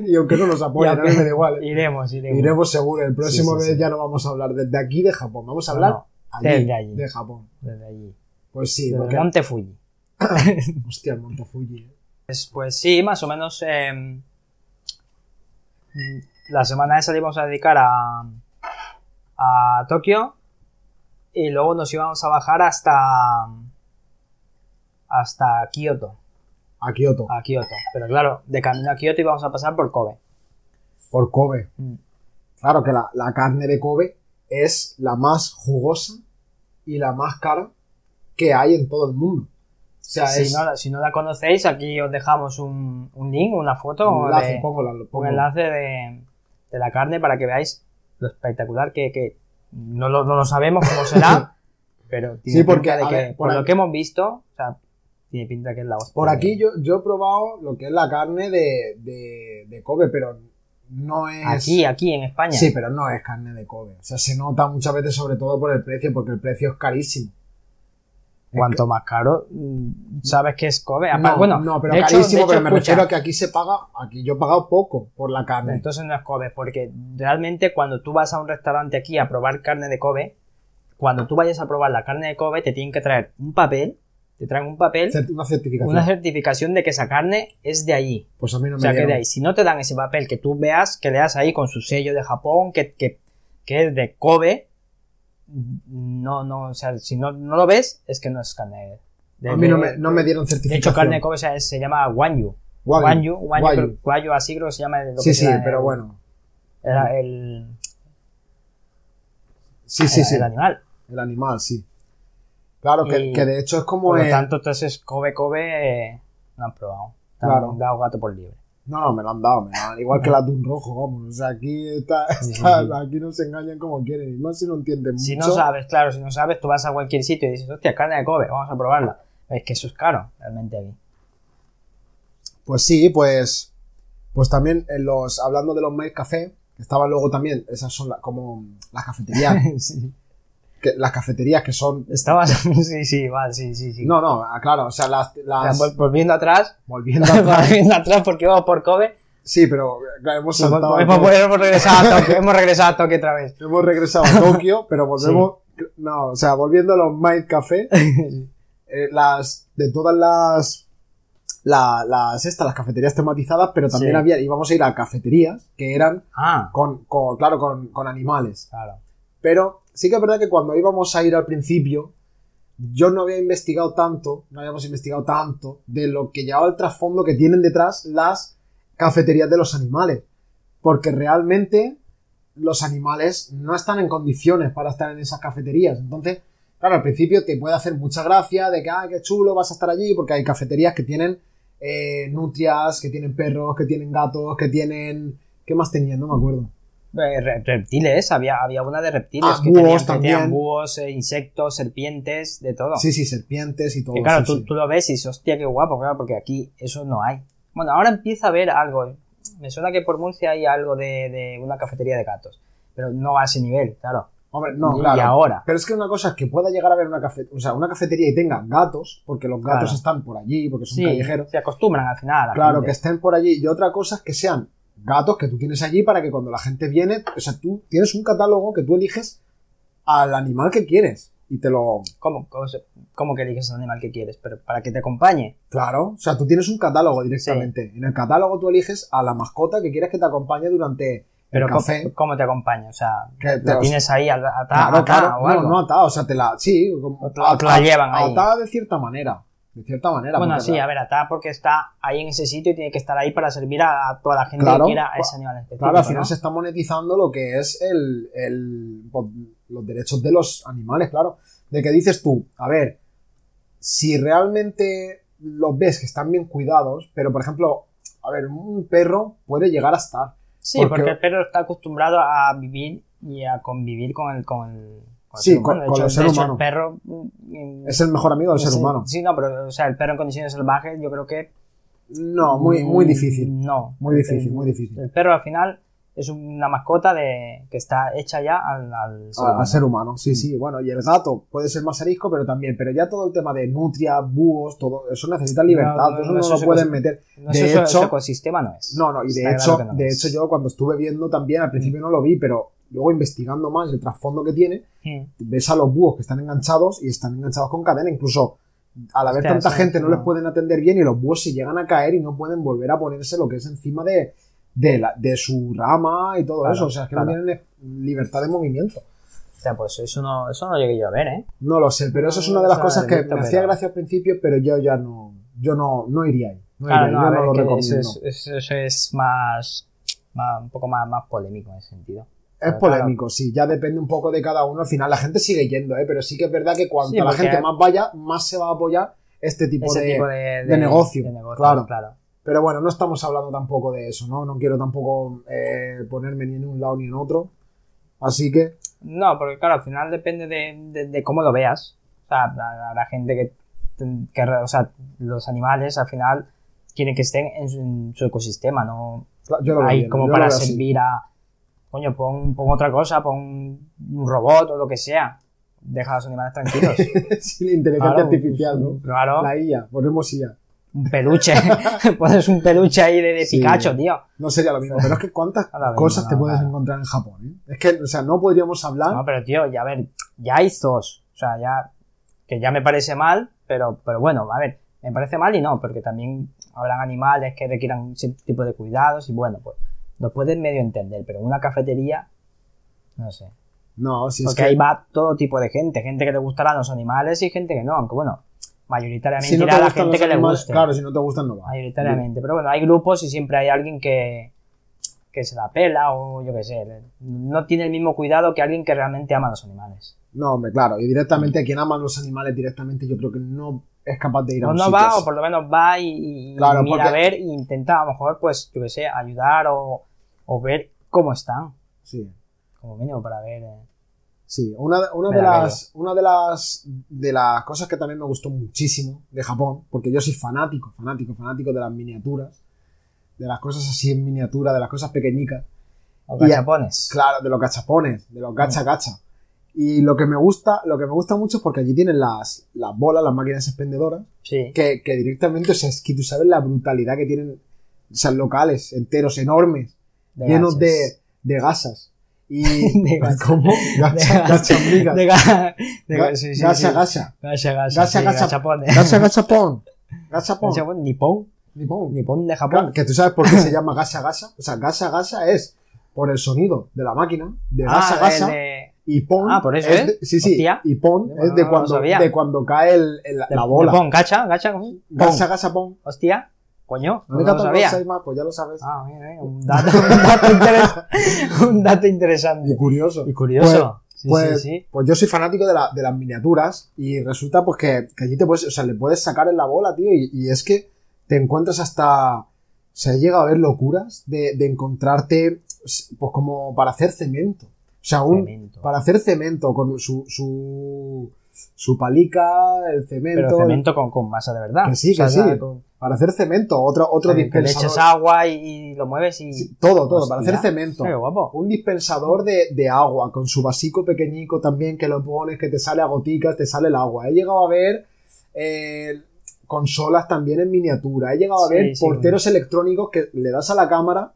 [SPEAKER 1] y aunque no nos apoyen,
[SPEAKER 2] Y
[SPEAKER 1] no
[SPEAKER 2] aunque-
[SPEAKER 1] me da igual. ¿eh?
[SPEAKER 2] iremos, iremos.
[SPEAKER 1] Iremos seguro. El próximo
[SPEAKER 2] sí,
[SPEAKER 1] mes
[SPEAKER 2] sí.
[SPEAKER 1] ya no vamos a hablar desde aquí de Japón. Vamos a
[SPEAKER 2] No,
[SPEAKER 1] hablar
[SPEAKER 2] no,
[SPEAKER 1] allí,
[SPEAKER 2] desde allí.
[SPEAKER 1] de Japón.
[SPEAKER 2] Desde allí.
[SPEAKER 1] Pues sí,
[SPEAKER 2] Desde
[SPEAKER 1] porque.
[SPEAKER 2] el Monte Fuji.
[SPEAKER 1] (coughs) Hostia, el Monte Fuji. eh.
[SPEAKER 2] Pues, pues sí, más o menos. eh, la semana esa le íbamos a dedicar a, a Tokio. Y luego nos íbamos a bajar hasta. hasta Kioto.
[SPEAKER 1] A Kioto,
[SPEAKER 2] A Kioto. Pero claro, de camino a Kioto íbamos a pasar por Kobe.
[SPEAKER 1] por Kobe.
[SPEAKER 2] Mm.
[SPEAKER 1] Claro que la, la carne de Kobe es la más jugosa y la más cara que hay en todo el mundo. O sea,
[SPEAKER 2] Si
[SPEAKER 1] es.
[SPEAKER 2] no, la- si no la conocéis, aquí os dejamos un, un link, una foto,
[SPEAKER 1] un enlace,
[SPEAKER 2] de-
[SPEAKER 1] pongo la- pongo-
[SPEAKER 2] un enlace de, de la carne para que veáis lo espectacular que, que no, lo, no lo sabemos cómo
[SPEAKER 1] (laughs)
[SPEAKER 2] será, pero tiene
[SPEAKER 1] Sí, porque,
[SPEAKER 2] pinta de
[SPEAKER 1] a
[SPEAKER 2] que,
[SPEAKER 1] ver, por
[SPEAKER 2] por, lo
[SPEAKER 1] aquí-
[SPEAKER 2] que hemos visto, o sea, tiene pinta que es la hostia.
[SPEAKER 1] Por aquí yo, yo he probado lo que es la carne de, de, de Kobe, pero no es.
[SPEAKER 2] Aquí, aquí en España.
[SPEAKER 1] Sí, pero no es carne de Kobe. O sea, se nota muchas veces, sobre todo por el precio, porque el precio es carísimo.
[SPEAKER 2] Cuanto más caro, mm, sabes que es Kobe. Apa-
[SPEAKER 1] no,
[SPEAKER 2] bueno,
[SPEAKER 1] no, pero
[SPEAKER 2] de hecho-
[SPEAKER 1] carísimo,
[SPEAKER 2] de hecho,
[SPEAKER 1] pero me
[SPEAKER 2] escucha,
[SPEAKER 1] refiero a que aquí se paga, aquí yo he pagado poco por la carne.
[SPEAKER 2] Entonces no es Kobe, porque realmente cuando tú vas a un restaurante aquí a probar carne de Kobe, cuando tú vayas a probar la carne de Kobe, te tienen que traer un papel, te traen un papel,
[SPEAKER 1] Cer- una certificación.
[SPEAKER 2] ¿Eh? una certificación de que esa carne es de allí.
[SPEAKER 1] Pues a mí no
[SPEAKER 2] O
[SPEAKER 1] me
[SPEAKER 2] sea, que de
[SPEAKER 1] dieron.
[SPEAKER 2] ahí, si no te dan ese papel que tú veas, que leas ahí con su sello de Japón, que, que, que es de Kobe, no, no, o sea, si no, no lo ves, es que no es carne. de-
[SPEAKER 1] A mí no me,
[SPEAKER 2] de-
[SPEAKER 1] no me dieron
[SPEAKER 2] de hecho,
[SPEAKER 1] certificación.
[SPEAKER 2] carne de Kobe o sea, se llama Wanyu.
[SPEAKER 1] Wagyu,
[SPEAKER 2] Wanyu, Wanyu,
[SPEAKER 1] Wagyu.
[SPEAKER 2] creo- Wagyu así creo que se ¿eh? llama. lo que
[SPEAKER 1] Sí, sí,
[SPEAKER 2] será el-
[SPEAKER 1] pero bueno.
[SPEAKER 2] Era el,
[SPEAKER 1] Sí, sí,
[SPEAKER 2] el-
[SPEAKER 1] sí.
[SPEAKER 2] el animal.
[SPEAKER 1] El animal, sí. Claro, que,
[SPEAKER 2] Y-
[SPEAKER 1] que de hecho es como
[SPEAKER 2] Por lo
[SPEAKER 1] el-
[SPEAKER 2] tanto, entonces Kobe Kobe eh, no han probado. Te han
[SPEAKER 1] Claro.
[SPEAKER 2] dado gato por libre.
[SPEAKER 1] No, no, me lo han dado, me lo han- igual que la de un rojo, vamos. O sea, aquí está, está- aquí nos engañan como quieren, y más si no entienden mucho.
[SPEAKER 2] Si no sabes, claro, si no sabes, tú vas a cualquier sitio y dices, hostia, carne de Kobe, vamos a probarla. Es que eso es caro, realmente aquí. (laughs)
[SPEAKER 1] Pues sí, pues. Pues también en los. Hablando de los mail café, que estaban luego también, esas son la- como las cafeterías.
[SPEAKER 2] (laughs) Sí.
[SPEAKER 1] que- las cafeterías que son.
[SPEAKER 2] Estabas, (laughs) sí, sí, vale, sí, sí, sí.
[SPEAKER 1] No, no, claro, o sea, las.
[SPEAKER 2] O sea,
[SPEAKER 1] las-
[SPEAKER 2] vol- volviendo atrás, (laughs)
[SPEAKER 1] volviendo atrás.
[SPEAKER 2] volviendo atrás porque vamos por Kobe,
[SPEAKER 1] Sí, pero claro, hemos
[SPEAKER 2] hemos,
[SPEAKER 1] saltado. a
[SPEAKER 2] hemos-
[SPEAKER 1] Tokio.
[SPEAKER 2] hemos regresado
[SPEAKER 1] (laughs)
[SPEAKER 2] a Tokio, hemos regresado a Tokio otra vez.
[SPEAKER 1] Hemos regresado a Tokio, pero volvemos. No, o sea, volviendo a los Mind Café,
[SPEAKER 2] (laughs)
[SPEAKER 1] eh, las. De todas las. la- las estas, las cafeterías tematizadas, pero también
[SPEAKER 2] Sí.
[SPEAKER 1] había. Íbamos a ir a cafeterías que eran
[SPEAKER 2] Ah,
[SPEAKER 1] con. con claro, con, con animales.
[SPEAKER 2] claro.
[SPEAKER 1] Pero sí que es verdad que cuando íbamos a ir al principio, yo no había investigado tanto, no habíamos investigado tanto de lo que llevaba el trasfondo que tienen detrás las cafeterías de los animales. Porque realmente los animales no están en condiciones para estar en esas cafeterías. Entonces, claro, al principio te puede hacer mucha gracia de que, ah, qué chulo, vas a estar allí, porque hay cafeterías que tienen eh, nutrias, que tienen perros, que tienen gatos, que tienen... ¿Qué más tenían? No me acuerdo.
[SPEAKER 2] Eh, re- reptiles, había, había una de reptiles
[SPEAKER 1] Ah,
[SPEAKER 2] que,
[SPEAKER 1] búhos
[SPEAKER 2] tenían, que tenían
[SPEAKER 1] también.
[SPEAKER 2] búhos, eh, insectos, serpientes, de todo.
[SPEAKER 1] Sí, sí, serpientes y todo.
[SPEAKER 2] Ah. Que claro,
[SPEAKER 1] sí,
[SPEAKER 2] tú,
[SPEAKER 1] sí.
[SPEAKER 2] tú lo ves y dices, hostia, qué guapo, claro, porque aquí eso no hay. Bueno, ahora empieza a haber algo. ¿eh? Me suena que por Murcia hay algo de, de una cafetería de gatos, pero no a ese nivel, claro.
[SPEAKER 1] Hombre, no,
[SPEAKER 2] Y-
[SPEAKER 1] claro.
[SPEAKER 2] y ahora.
[SPEAKER 1] Pero es que una cosa es que pueda llegar a haber una, cafe- o sea, una cafetería y tenga gatos, porque los gatos
[SPEAKER 2] Claro.
[SPEAKER 1] están por allí, porque son
[SPEAKER 2] Sí,
[SPEAKER 1] callejeros.
[SPEAKER 2] se acostumbran al final. a la
[SPEAKER 1] Claro,
[SPEAKER 2] gente.
[SPEAKER 1] que estén por allí. Y otra cosa es que sean gatos que tú tienes allí para que cuando la gente viene, o sea, tú tienes un catálogo que tú eliges al animal que quieres. Y te lo...
[SPEAKER 2] ¿Cómo, cómo se- cómo que eliges el animal que quieres? Pero para que te acompañe.
[SPEAKER 1] Claro, o sea, tú tienes un catálogo directamente. En el catálogo tú eliges a la mascota que quieres que te acompañe durante
[SPEAKER 2] Pero
[SPEAKER 1] el
[SPEAKER 2] ¿cómo,
[SPEAKER 1] café.
[SPEAKER 2] cómo te acompaña? O sea,
[SPEAKER 1] Que te
[SPEAKER 2] la
[SPEAKER 1] los-
[SPEAKER 2] tienes ahí at- atada
[SPEAKER 1] Claro,
[SPEAKER 2] atada
[SPEAKER 1] claro,
[SPEAKER 2] o
[SPEAKER 1] no,
[SPEAKER 2] algo.
[SPEAKER 1] no atada, o sea, te la, sí, como,
[SPEAKER 2] O te la- te la
[SPEAKER 1] ata-
[SPEAKER 2] llevan ahí.
[SPEAKER 1] atada de cierta manera, de cierta manera.
[SPEAKER 2] bueno,
[SPEAKER 1] porque
[SPEAKER 2] sí,
[SPEAKER 1] la-
[SPEAKER 2] a ver, atada porque está ahí en ese sitio y tiene que estar ahí para servir a, a toda la gente
[SPEAKER 1] Claro.
[SPEAKER 2] que quiera a ese animal específico.
[SPEAKER 1] Claro, al final
[SPEAKER 2] ¿no?
[SPEAKER 1] se está monetizando lo que es el, el- pues, los derechos de los animales, claro. De que dices tú, a ver, si realmente los ves que están bien cuidados, pero por ejemplo, a ver, un perro puede llegar a estar.
[SPEAKER 2] Sí,
[SPEAKER 1] Porque-
[SPEAKER 2] porque, el perro está acostumbrado a vivir y a convivir con el, con el, con el
[SPEAKER 1] Sí,
[SPEAKER 2] ser humano.
[SPEAKER 1] con-
[SPEAKER 2] De
[SPEAKER 1] con
[SPEAKER 2] hecho,
[SPEAKER 1] el ser
[SPEAKER 2] de hecho,
[SPEAKER 1] humano.
[SPEAKER 2] El perro mm,
[SPEAKER 1] Es el mejor amigo del ser
[SPEAKER 2] sí,
[SPEAKER 1] humano.
[SPEAKER 2] Sí, no, pero o sea, el perro en condiciones salvajes yo creo que...
[SPEAKER 1] No, muy, muy
[SPEAKER 2] mm,
[SPEAKER 1] difícil.
[SPEAKER 2] No.
[SPEAKER 1] Muy difícil,
[SPEAKER 2] El-
[SPEAKER 1] muy difícil.
[SPEAKER 2] El perro al final es una mascota de que está hecha ya al, al ser
[SPEAKER 1] A-
[SPEAKER 2] humano.
[SPEAKER 1] Al ser humano,
[SPEAKER 2] Mm.
[SPEAKER 1] sí, sí. Bueno, y el gato puede ser más arisco, pero también. Pero ya todo el tema de nutria, búhos, todo eso necesita libertad.
[SPEAKER 2] no,
[SPEAKER 1] eso
[SPEAKER 2] no,
[SPEAKER 1] no
[SPEAKER 2] eso
[SPEAKER 1] lo
[SPEAKER 2] se
[SPEAKER 1] pueden
[SPEAKER 2] consi-
[SPEAKER 1] meter.
[SPEAKER 2] No,
[SPEAKER 1] de
[SPEAKER 2] eso- eso-
[SPEAKER 1] hecho-
[SPEAKER 2] ese ecosistema no es.
[SPEAKER 1] No, no, y de
[SPEAKER 2] Está
[SPEAKER 1] hecho,
[SPEAKER 2] claro que no
[SPEAKER 1] de
[SPEAKER 2] es.
[SPEAKER 1] hecho yo cuando estuve viendo también, al principio no lo vi, pero luego investigando más el trasfondo que tiene,
[SPEAKER 2] Mm.
[SPEAKER 1] ves a los búhos que están enganchados y están enganchados con cadena, incluso al haber
[SPEAKER 2] Hostia,
[SPEAKER 1] tanta
[SPEAKER 2] eso
[SPEAKER 1] gente no,
[SPEAKER 2] no.
[SPEAKER 1] les pueden atender bien y los búhos se llegan a caer y no pueden volver a ponerse lo que es encima de, de, la- de su rama y todo
[SPEAKER 2] Claro,
[SPEAKER 1] eso, o sea, es que no
[SPEAKER 2] claro.
[SPEAKER 1] tienen libertad de movimiento.
[SPEAKER 2] O sea, pues eso no, eso no llegué yo a ver, ¿eh?
[SPEAKER 1] No lo sé, pero eso es una de las
[SPEAKER 2] No,
[SPEAKER 1] cosas que
[SPEAKER 2] delito,
[SPEAKER 1] me hacía
[SPEAKER 2] pero-
[SPEAKER 1] gracia al principio, pero yo ya no, yo no, no iría ahí. No
[SPEAKER 2] Claro,
[SPEAKER 1] iría
[SPEAKER 2] no,
[SPEAKER 1] ahí, yo
[SPEAKER 2] a
[SPEAKER 1] no
[SPEAKER 2] ver,
[SPEAKER 1] lo
[SPEAKER 2] que
[SPEAKER 1] recomiendo.
[SPEAKER 2] eso es, eso- eso es más, más- un poco más, más polémico en ese sentido.
[SPEAKER 1] Es
[SPEAKER 2] Pero
[SPEAKER 1] polémico, sí, ya depende un poco de cada uno. Al final la gente sigue yendo, ¿eh? pero sí que es verdad que cuanto
[SPEAKER 2] Sí,
[SPEAKER 1] la
[SPEAKER 2] porque-
[SPEAKER 1] gente más vaya, más se va a apoyar este tipo,
[SPEAKER 2] ese
[SPEAKER 1] de...
[SPEAKER 2] tipo de, de,
[SPEAKER 1] negocio,
[SPEAKER 2] de negocio,
[SPEAKER 1] claro.
[SPEAKER 2] claro.
[SPEAKER 1] Pero bueno, no estamos hablando tampoco de eso, ¿no? No quiero tampoco eh, ponerme ni en un lado ni en otro. Así que,
[SPEAKER 2] No, porque claro, al final depende de, de- de cómo lo veas. O sea, habrá habrá gente que, que, o sea, los animales al final quieren que estén en su, en su ecosistema, no
[SPEAKER 1] yo lo veo
[SPEAKER 2] hay
[SPEAKER 1] bien,
[SPEAKER 2] como
[SPEAKER 1] yo lo
[SPEAKER 2] para
[SPEAKER 1] veo así. (laughs)
[SPEAKER 2] servir a, coño, pon, pon otra cosa, pon un robot o lo que sea. Deja a los animales
[SPEAKER 1] (laughs)
[SPEAKER 2] tranquilos.
[SPEAKER 1] Sí, la inteligencia
[SPEAKER 2] Claro,
[SPEAKER 1] artificial, ¿no?
[SPEAKER 2] Claro.
[SPEAKER 1] La IA, ponemos IA.
[SPEAKER 2] un peluche, (laughs) pones un peluche ahí de, de
[SPEAKER 1] Sí.
[SPEAKER 2] Pikachu, tío.
[SPEAKER 1] No sería lo mismo, pero es que cuántas
[SPEAKER 2] A la vez,
[SPEAKER 1] cosas te
[SPEAKER 2] no,
[SPEAKER 1] puedes
[SPEAKER 2] no.
[SPEAKER 1] encontrar en Japón. ¿eh? Es que, o sea, no podríamos hablar.
[SPEAKER 2] No, pero tío, ya a ver, ya hay zoos, o sea, ya, que ya me parece mal, pero, pero bueno, a ver, me parece mal y no, porque también habrán animales que requieran cierto tipo de cuidados y bueno, pues lo pueden medio entender, pero en una cafetería, no sé,
[SPEAKER 1] no, si es
[SPEAKER 2] porque
[SPEAKER 1] que
[SPEAKER 2] ahí va todo tipo de gente, gente que le gustarán los animales y gente que no, aunque bueno, mayoritariamente
[SPEAKER 1] si no te
[SPEAKER 2] irá a la
[SPEAKER 1] gustan
[SPEAKER 2] gente
[SPEAKER 1] los
[SPEAKER 2] que le
[SPEAKER 1] animales-
[SPEAKER 2] guste.
[SPEAKER 1] Claro, si no te gustan, no va.
[SPEAKER 2] mayoritariamente. Pero bueno, hay grupos y siempre hay alguien que, que se la pela o yo qué sé. No tiene el mismo cuidado que alguien que realmente ama a los animales.
[SPEAKER 1] No, hombre, claro. Y directamente quien ama a los animales directamente yo creo que no es capaz de ir a
[SPEAKER 2] O
[SPEAKER 1] un
[SPEAKER 2] no
[SPEAKER 1] sitio
[SPEAKER 2] va,
[SPEAKER 1] así.
[SPEAKER 2] o por lo menos va y, y
[SPEAKER 1] Claro,
[SPEAKER 2] mira
[SPEAKER 1] porque-
[SPEAKER 2] a ver e intenta a lo mejor, pues, yo qué sé, ayudar o, o ver cómo están,
[SPEAKER 1] Sí.
[SPEAKER 2] como mínimo, para ver. eh.
[SPEAKER 1] Sí, una, de- una
[SPEAKER 2] Me
[SPEAKER 1] de
[SPEAKER 2] la
[SPEAKER 1] las una de las de las cosas que también me gustó muchísimo de Japón, porque yo soy fanático, fanático, fanático de las miniaturas, de las cosas así en miniatura, de las cosas pequeñicas,
[SPEAKER 2] O
[SPEAKER 1] Y a-
[SPEAKER 2] gachapones.
[SPEAKER 1] claro, de los gachapones, de los
[SPEAKER 2] Mm.
[SPEAKER 1] gacha gacha. Y lo que me gusta, lo que me gusta mucho es porque allí tienen las, las bolas, las máquinas expendedoras,
[SPEAKER 2] Sí.
[SPEAKER 1] que, que directamente, o sea, es que tú sabes la brutalidad que tienen, o sea, locales enteros, enormes, llenos
[SPEAKER 2] gachas.
[SPEAKER 1] de, de gasas. Y,
[SPEAKER 2] (laughs)
[SPEAKER 1] pues,
[SPEAKER 2] De gasas.
[SPEAKER 1] ¿Cómo? Gacha,
[SPEAKER 2] gasas.
[SPEAKER 1] gacha,
[SPEAKER 2] (laughs)
[SPEAKER 1] amigas.
[SPEAKER 2] De ga- de ga-
[SPEAKER 1] Ga-
[SPEAKER 2] sí, sí,
[SPEAKER 1] gacha,
[SPEAKER 2] sí.
[SPEAKER 1] gacha.
[SPEAKER 2] Gacha, gacha,
[SPEAKER 1] Gacha,
[SPEAKER 2] sí,
[SPEAKER 1] gacha.
[SPEAKER 2] gachapones.
[SPEAKER 1] Gacha, gacha, pon. Gacha, pon.
[SPEAKER 2] Gachapon, Nippon,
[SPEAKER 1] Nipón.
[SPEAKER 2] Nippon de
[SPEAKER 1] Claro,
[SPEAKER 2] Japón.
[SPEAKER 1] Que tú sabes por qué se llama gacha, gacha. O sea, gacha, gacha es por el sonido de la máquina, de
[SPEAKER 2] Ah,
[SPEAKER 1] gacha,
[SPEAKER 2] el
[SPEAKER 1] gacha.
[SPEAKER 2] de-
[SPEAKER 1] Y pon.
[SPEAKER 2] Ah, por eso,
[SPEAKER 1] es
[SPEAKER 2] ¿eh?
[SPEAKER 1] de- sí, sí.
[SPEAKER 2] Hostia.
[SPEAKER 1] Y pon
[SPEAKER 2] Bueno,
[SPEAKER 1] es de
[SPEAKER 2] no lo
[SPEAKER 1] cuando,
[SPEAKER 2] sabía.
[SPEAKER 1] de cuando cae el, el-
[SPEAKER 2] de-
[SPEAKER 1] la bola.
[SPEAKER 2] Nippon, gacha, gacha. pon.
[SPEAKER 1] Gacha, gacha, pon.
[SPEAKER 2] Hostia, coño, no,
[SPEAKER 1] Venga,
[SPEAKER 2] lo
[SPEAKER 1] todos
[SPEAKER 2] sabía.
[SPEAKER 1] seis más, pues ya lo sabes.
[SPEAKER 2] Ah, mira, mira, un dato, (laughs) un dato interes- un dato
[SPEAKER 1] Y
[SPEAKER 2] interesante.
[SPEAKER 1] curioso.
[SPEAKER 2] Y curioso. Sí,
[SPEAKER 1] Pues,
[SPEAKER 2] sí, sí.
[SPEAKER 1] pues yo soy fanático de, la- de las miniaturas y resulta pues que, que allí te puedes, o sea, le puedes sacar en la bola, tío, y, y es que te encuentras hasta, se llega a ver locuras de, de encontrarte, pues como para hacer cemento. O sea, un,
[SPEAKER 2] Cemento.
[SPEAKER 1] para hacer cemento con su, su, su palica, el cemento,
[SPEAKER 2] Pero
[SPEAKER 1] el-
[SPEAKER 2] cemento con, con masa de verdad.
[SPEAKER 1] que sí, que
[SPEAKER 2] O sea,
[SPEAKER 1] sí,
[SPEAKER 2] con-
[SPEAKER 1] para hacer cemento, otro, otro
[SPEAKER 2] que- que le
[SPEAKER 1] dispensador.
[SPEAKER 2] echas agua y, y lo mueves y.
[SPEAKER 1] Sí, todo, todo, para
[SPEAKER 2] Hostia.
[SPEAKER 1] hacer cemento.
[SPEAKER 2] Qué guapo.
[SPEAKER 1] Un dispensador de, de agua con su vasico pequeñico también que lo pones, que te sale a goticas, te sale el agua. He llegado a ver eh, consolas también en miniatura. He llegado a
[SPEAKER 2] Sí,
[SPEAKER 1] ver
[SPEAKER 2] sí,
[SPEAKER 1] porteros electrónicos que le das a la cámara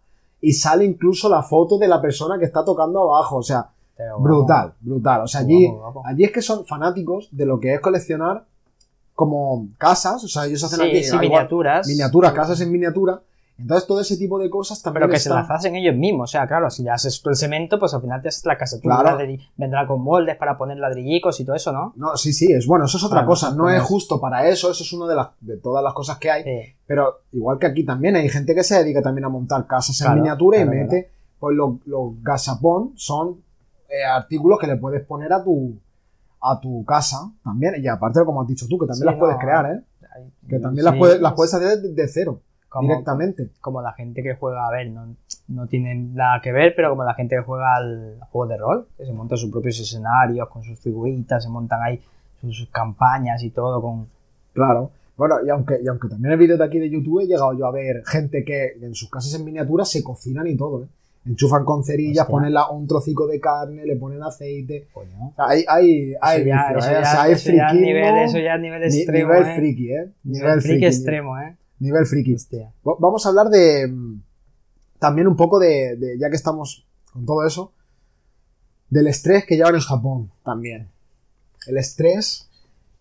[SPEAKER 1] y sale incluso la foto de la persona que está tocando abajo. O sea,
[SPEAKER 2] Qué guapo.
[SPEAKER 1] brutal, brutal. O sea,
[SPEAKER 2] Qué
[SPEAKER 1] allí,
[SPEAKER 2] guapo, guapo.
[SPEAKER 1] allí es que son fanáticos de lo que es coleccionar como casas. O sea, ellos hacen aquí
[SPEAKER 2] Sí, sí,
[SPEAKER 1] ah, igual,
[SPEAKER 2] miniaturas.
[SPEAKER 1] miniaturas, casas en miniatura. Entonces todo ese tipo de cosas también
[SPEAKER 2] Pero que se
[SPEAKER 1] están-
[SPEAKER 2] las hacen ellos mismos. O sea, claro, si ya haces tú el cemento, pues al final te haces la casa. Tú
[SPEAKER 1] Claro.
[SPEAKER 2] ladri- vendrá con moldes para poner ladrillicos y todo eso, ¿no?
[SPEAKER 1] No, sí, sí, es bueno, eso es otra
[SPEAKER 2] Claro,
[SPEAKER 1] cosa, no
[SPEAKER 2] como
[SPEAKER 1] es
[SPEAKER 2] es.
[SPEAKER 1] justo para eso, eso es una de, las, de todas las cosas que hay,
[SPEAKER 2] Sí.
[SPEAKER 1] pero igual que aquí también hay gente que se dedica también a montar casas
[SPEAKER 2] Claro,
[SPEAKER 1] en miniatura
[SPEAKER 2] claro,
[SPEAKER 1] y mete, pues los, los gasapón son eh, artículos que le puedes poner a tu a tu casa también, y aparte como has dicho tú, que también
[SPEAKER 2] Sí,
[SPEAKER 1] las puedes
[SPEAKER 2] no,
[SPEAKER 1] crear, ¿eh? Que también las,
[SPEAKER 2] Sí,
[SPEAKER 1] puedes, las puedes hacer de, de cero,
[SPEAKER 2] como,
[SPEAKER 1] directamente.
[SPEAKER 2] como la gente que juega, a ver, no, no tienen nada que ver, pero como la gente que juega al juego de rol, que se monta sus propios escenarios con sus figuritas, se montan ahí sus, sus campañas y todo con...
[SPEAKER 1] Claro. Bueno, y aunque, y aunque también el vídeo de aquí de YouTube he llegado yo a ver gente que en sus casas en miniatura se cocinan y todo, ¿eh? Enchufan con cerillas,
[SPEAKER 2] Hostia.
[SPEAKER 1] ponen la- un trocico de carne, le ponen aceite.
[SPEAKER 2] Coño.
[SPEAKER 1] O sea, Hay, hay, hay,
[SPEAKER 2] Eso ya-
[SPEAKER 1] vicio,
[SPEAKER 2] eso
[SPEAKER 1] ¿eh? O
[SPEAKER 2] ya-
[SPEAKER 1] sea, hay
[SPEAKER 2] eso ya es
[SPEAKER 1] friquismo,
[SPEAKER 2] nivel- eso ya es nivel
[SPEAKER 1] ni-
[SPEAKER 2] extremo,
[SPEAKER 1] nivel
[SPEAKER 2] ¿eh?
[SPEAKER 1] friki, ¿eh?
[SPEAKER 2] Nivel friki extremo, ¿eh?
[SPEAKER 1] Nivel friki.
[SPEAKER 2] Hostia.
[SPEAKER 1] Va- Vamos a hablar de. mm, También un poco de, de- Ya que estamos con todo eso. Del estrés que llevan en Japón también. El estrés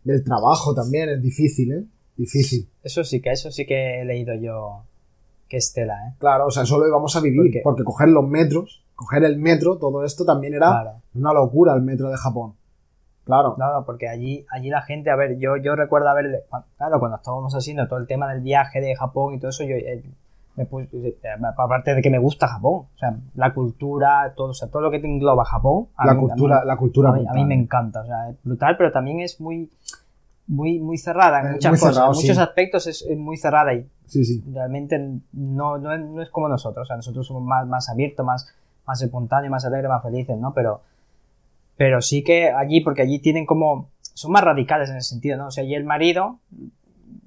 [SPEAKER 1] del trabajo también es difícil, ¿eh? Difícil.
[SPEAKER 2] Eso sí que, eso sí que he leído yo que es tela, ¿eh?
[SPEAKER 1] Claro, o sea, eso lo íbamos a vivir.
[SPEAKER 2] ¿Por qué?
[SPEAKER 1] porque coger los metros, coger el metro, todo esto también era
[SPEAKER 2] Claro.
[SPEAKER 1] una locura el metro de Japón. Claro.
[SPEAKER 2] No, no, porque allí, allí la gente, a ver, yo, yo recuerdo haber, cuan- claro, cuando estábamos haciendo todo el tema del viaje de Japón y todo eso, yo eh, me puse, eh, aparte de que me gusta Japón, o sea, la cultura, todo, o sea, todo lo que te engloba Japón, a
[SPEAKER 1] la,
[SPEAKER 2] mí- a mí-
[SPEAKER 1] cultura, la cultura.
[SPEAKER 2] a mí, a mí
[SPEAKER 1] brutal.
[SPEAKER 2] me encanta, o sea, es brutal, pero también es muy, muy, muy cerrada en
[SPEAKER 1] Eh,
[SPEAKER 2] muchas
[SPEAKER 1] muy
[SPEAKER 2] cosas,
[SPEAKER 1] cerrado,
[SPEAKER 2] en muchos
[SPEAKER 1] sí.
[SPEAKER 2] aspectos es, es muy cerrada y
[SPEAKER 1] Sí, sí.
[SPEAKER 2] realmente no, no, es- no es como nosotros. O sea, nosotros somos más, más abiertos, más, más espontáneos, más alegres, más felices, ¿no? Pero, pero sí que allí, porque allí tienen como. Son más radicales en el sentido, ¿no? O sea, allí el marido,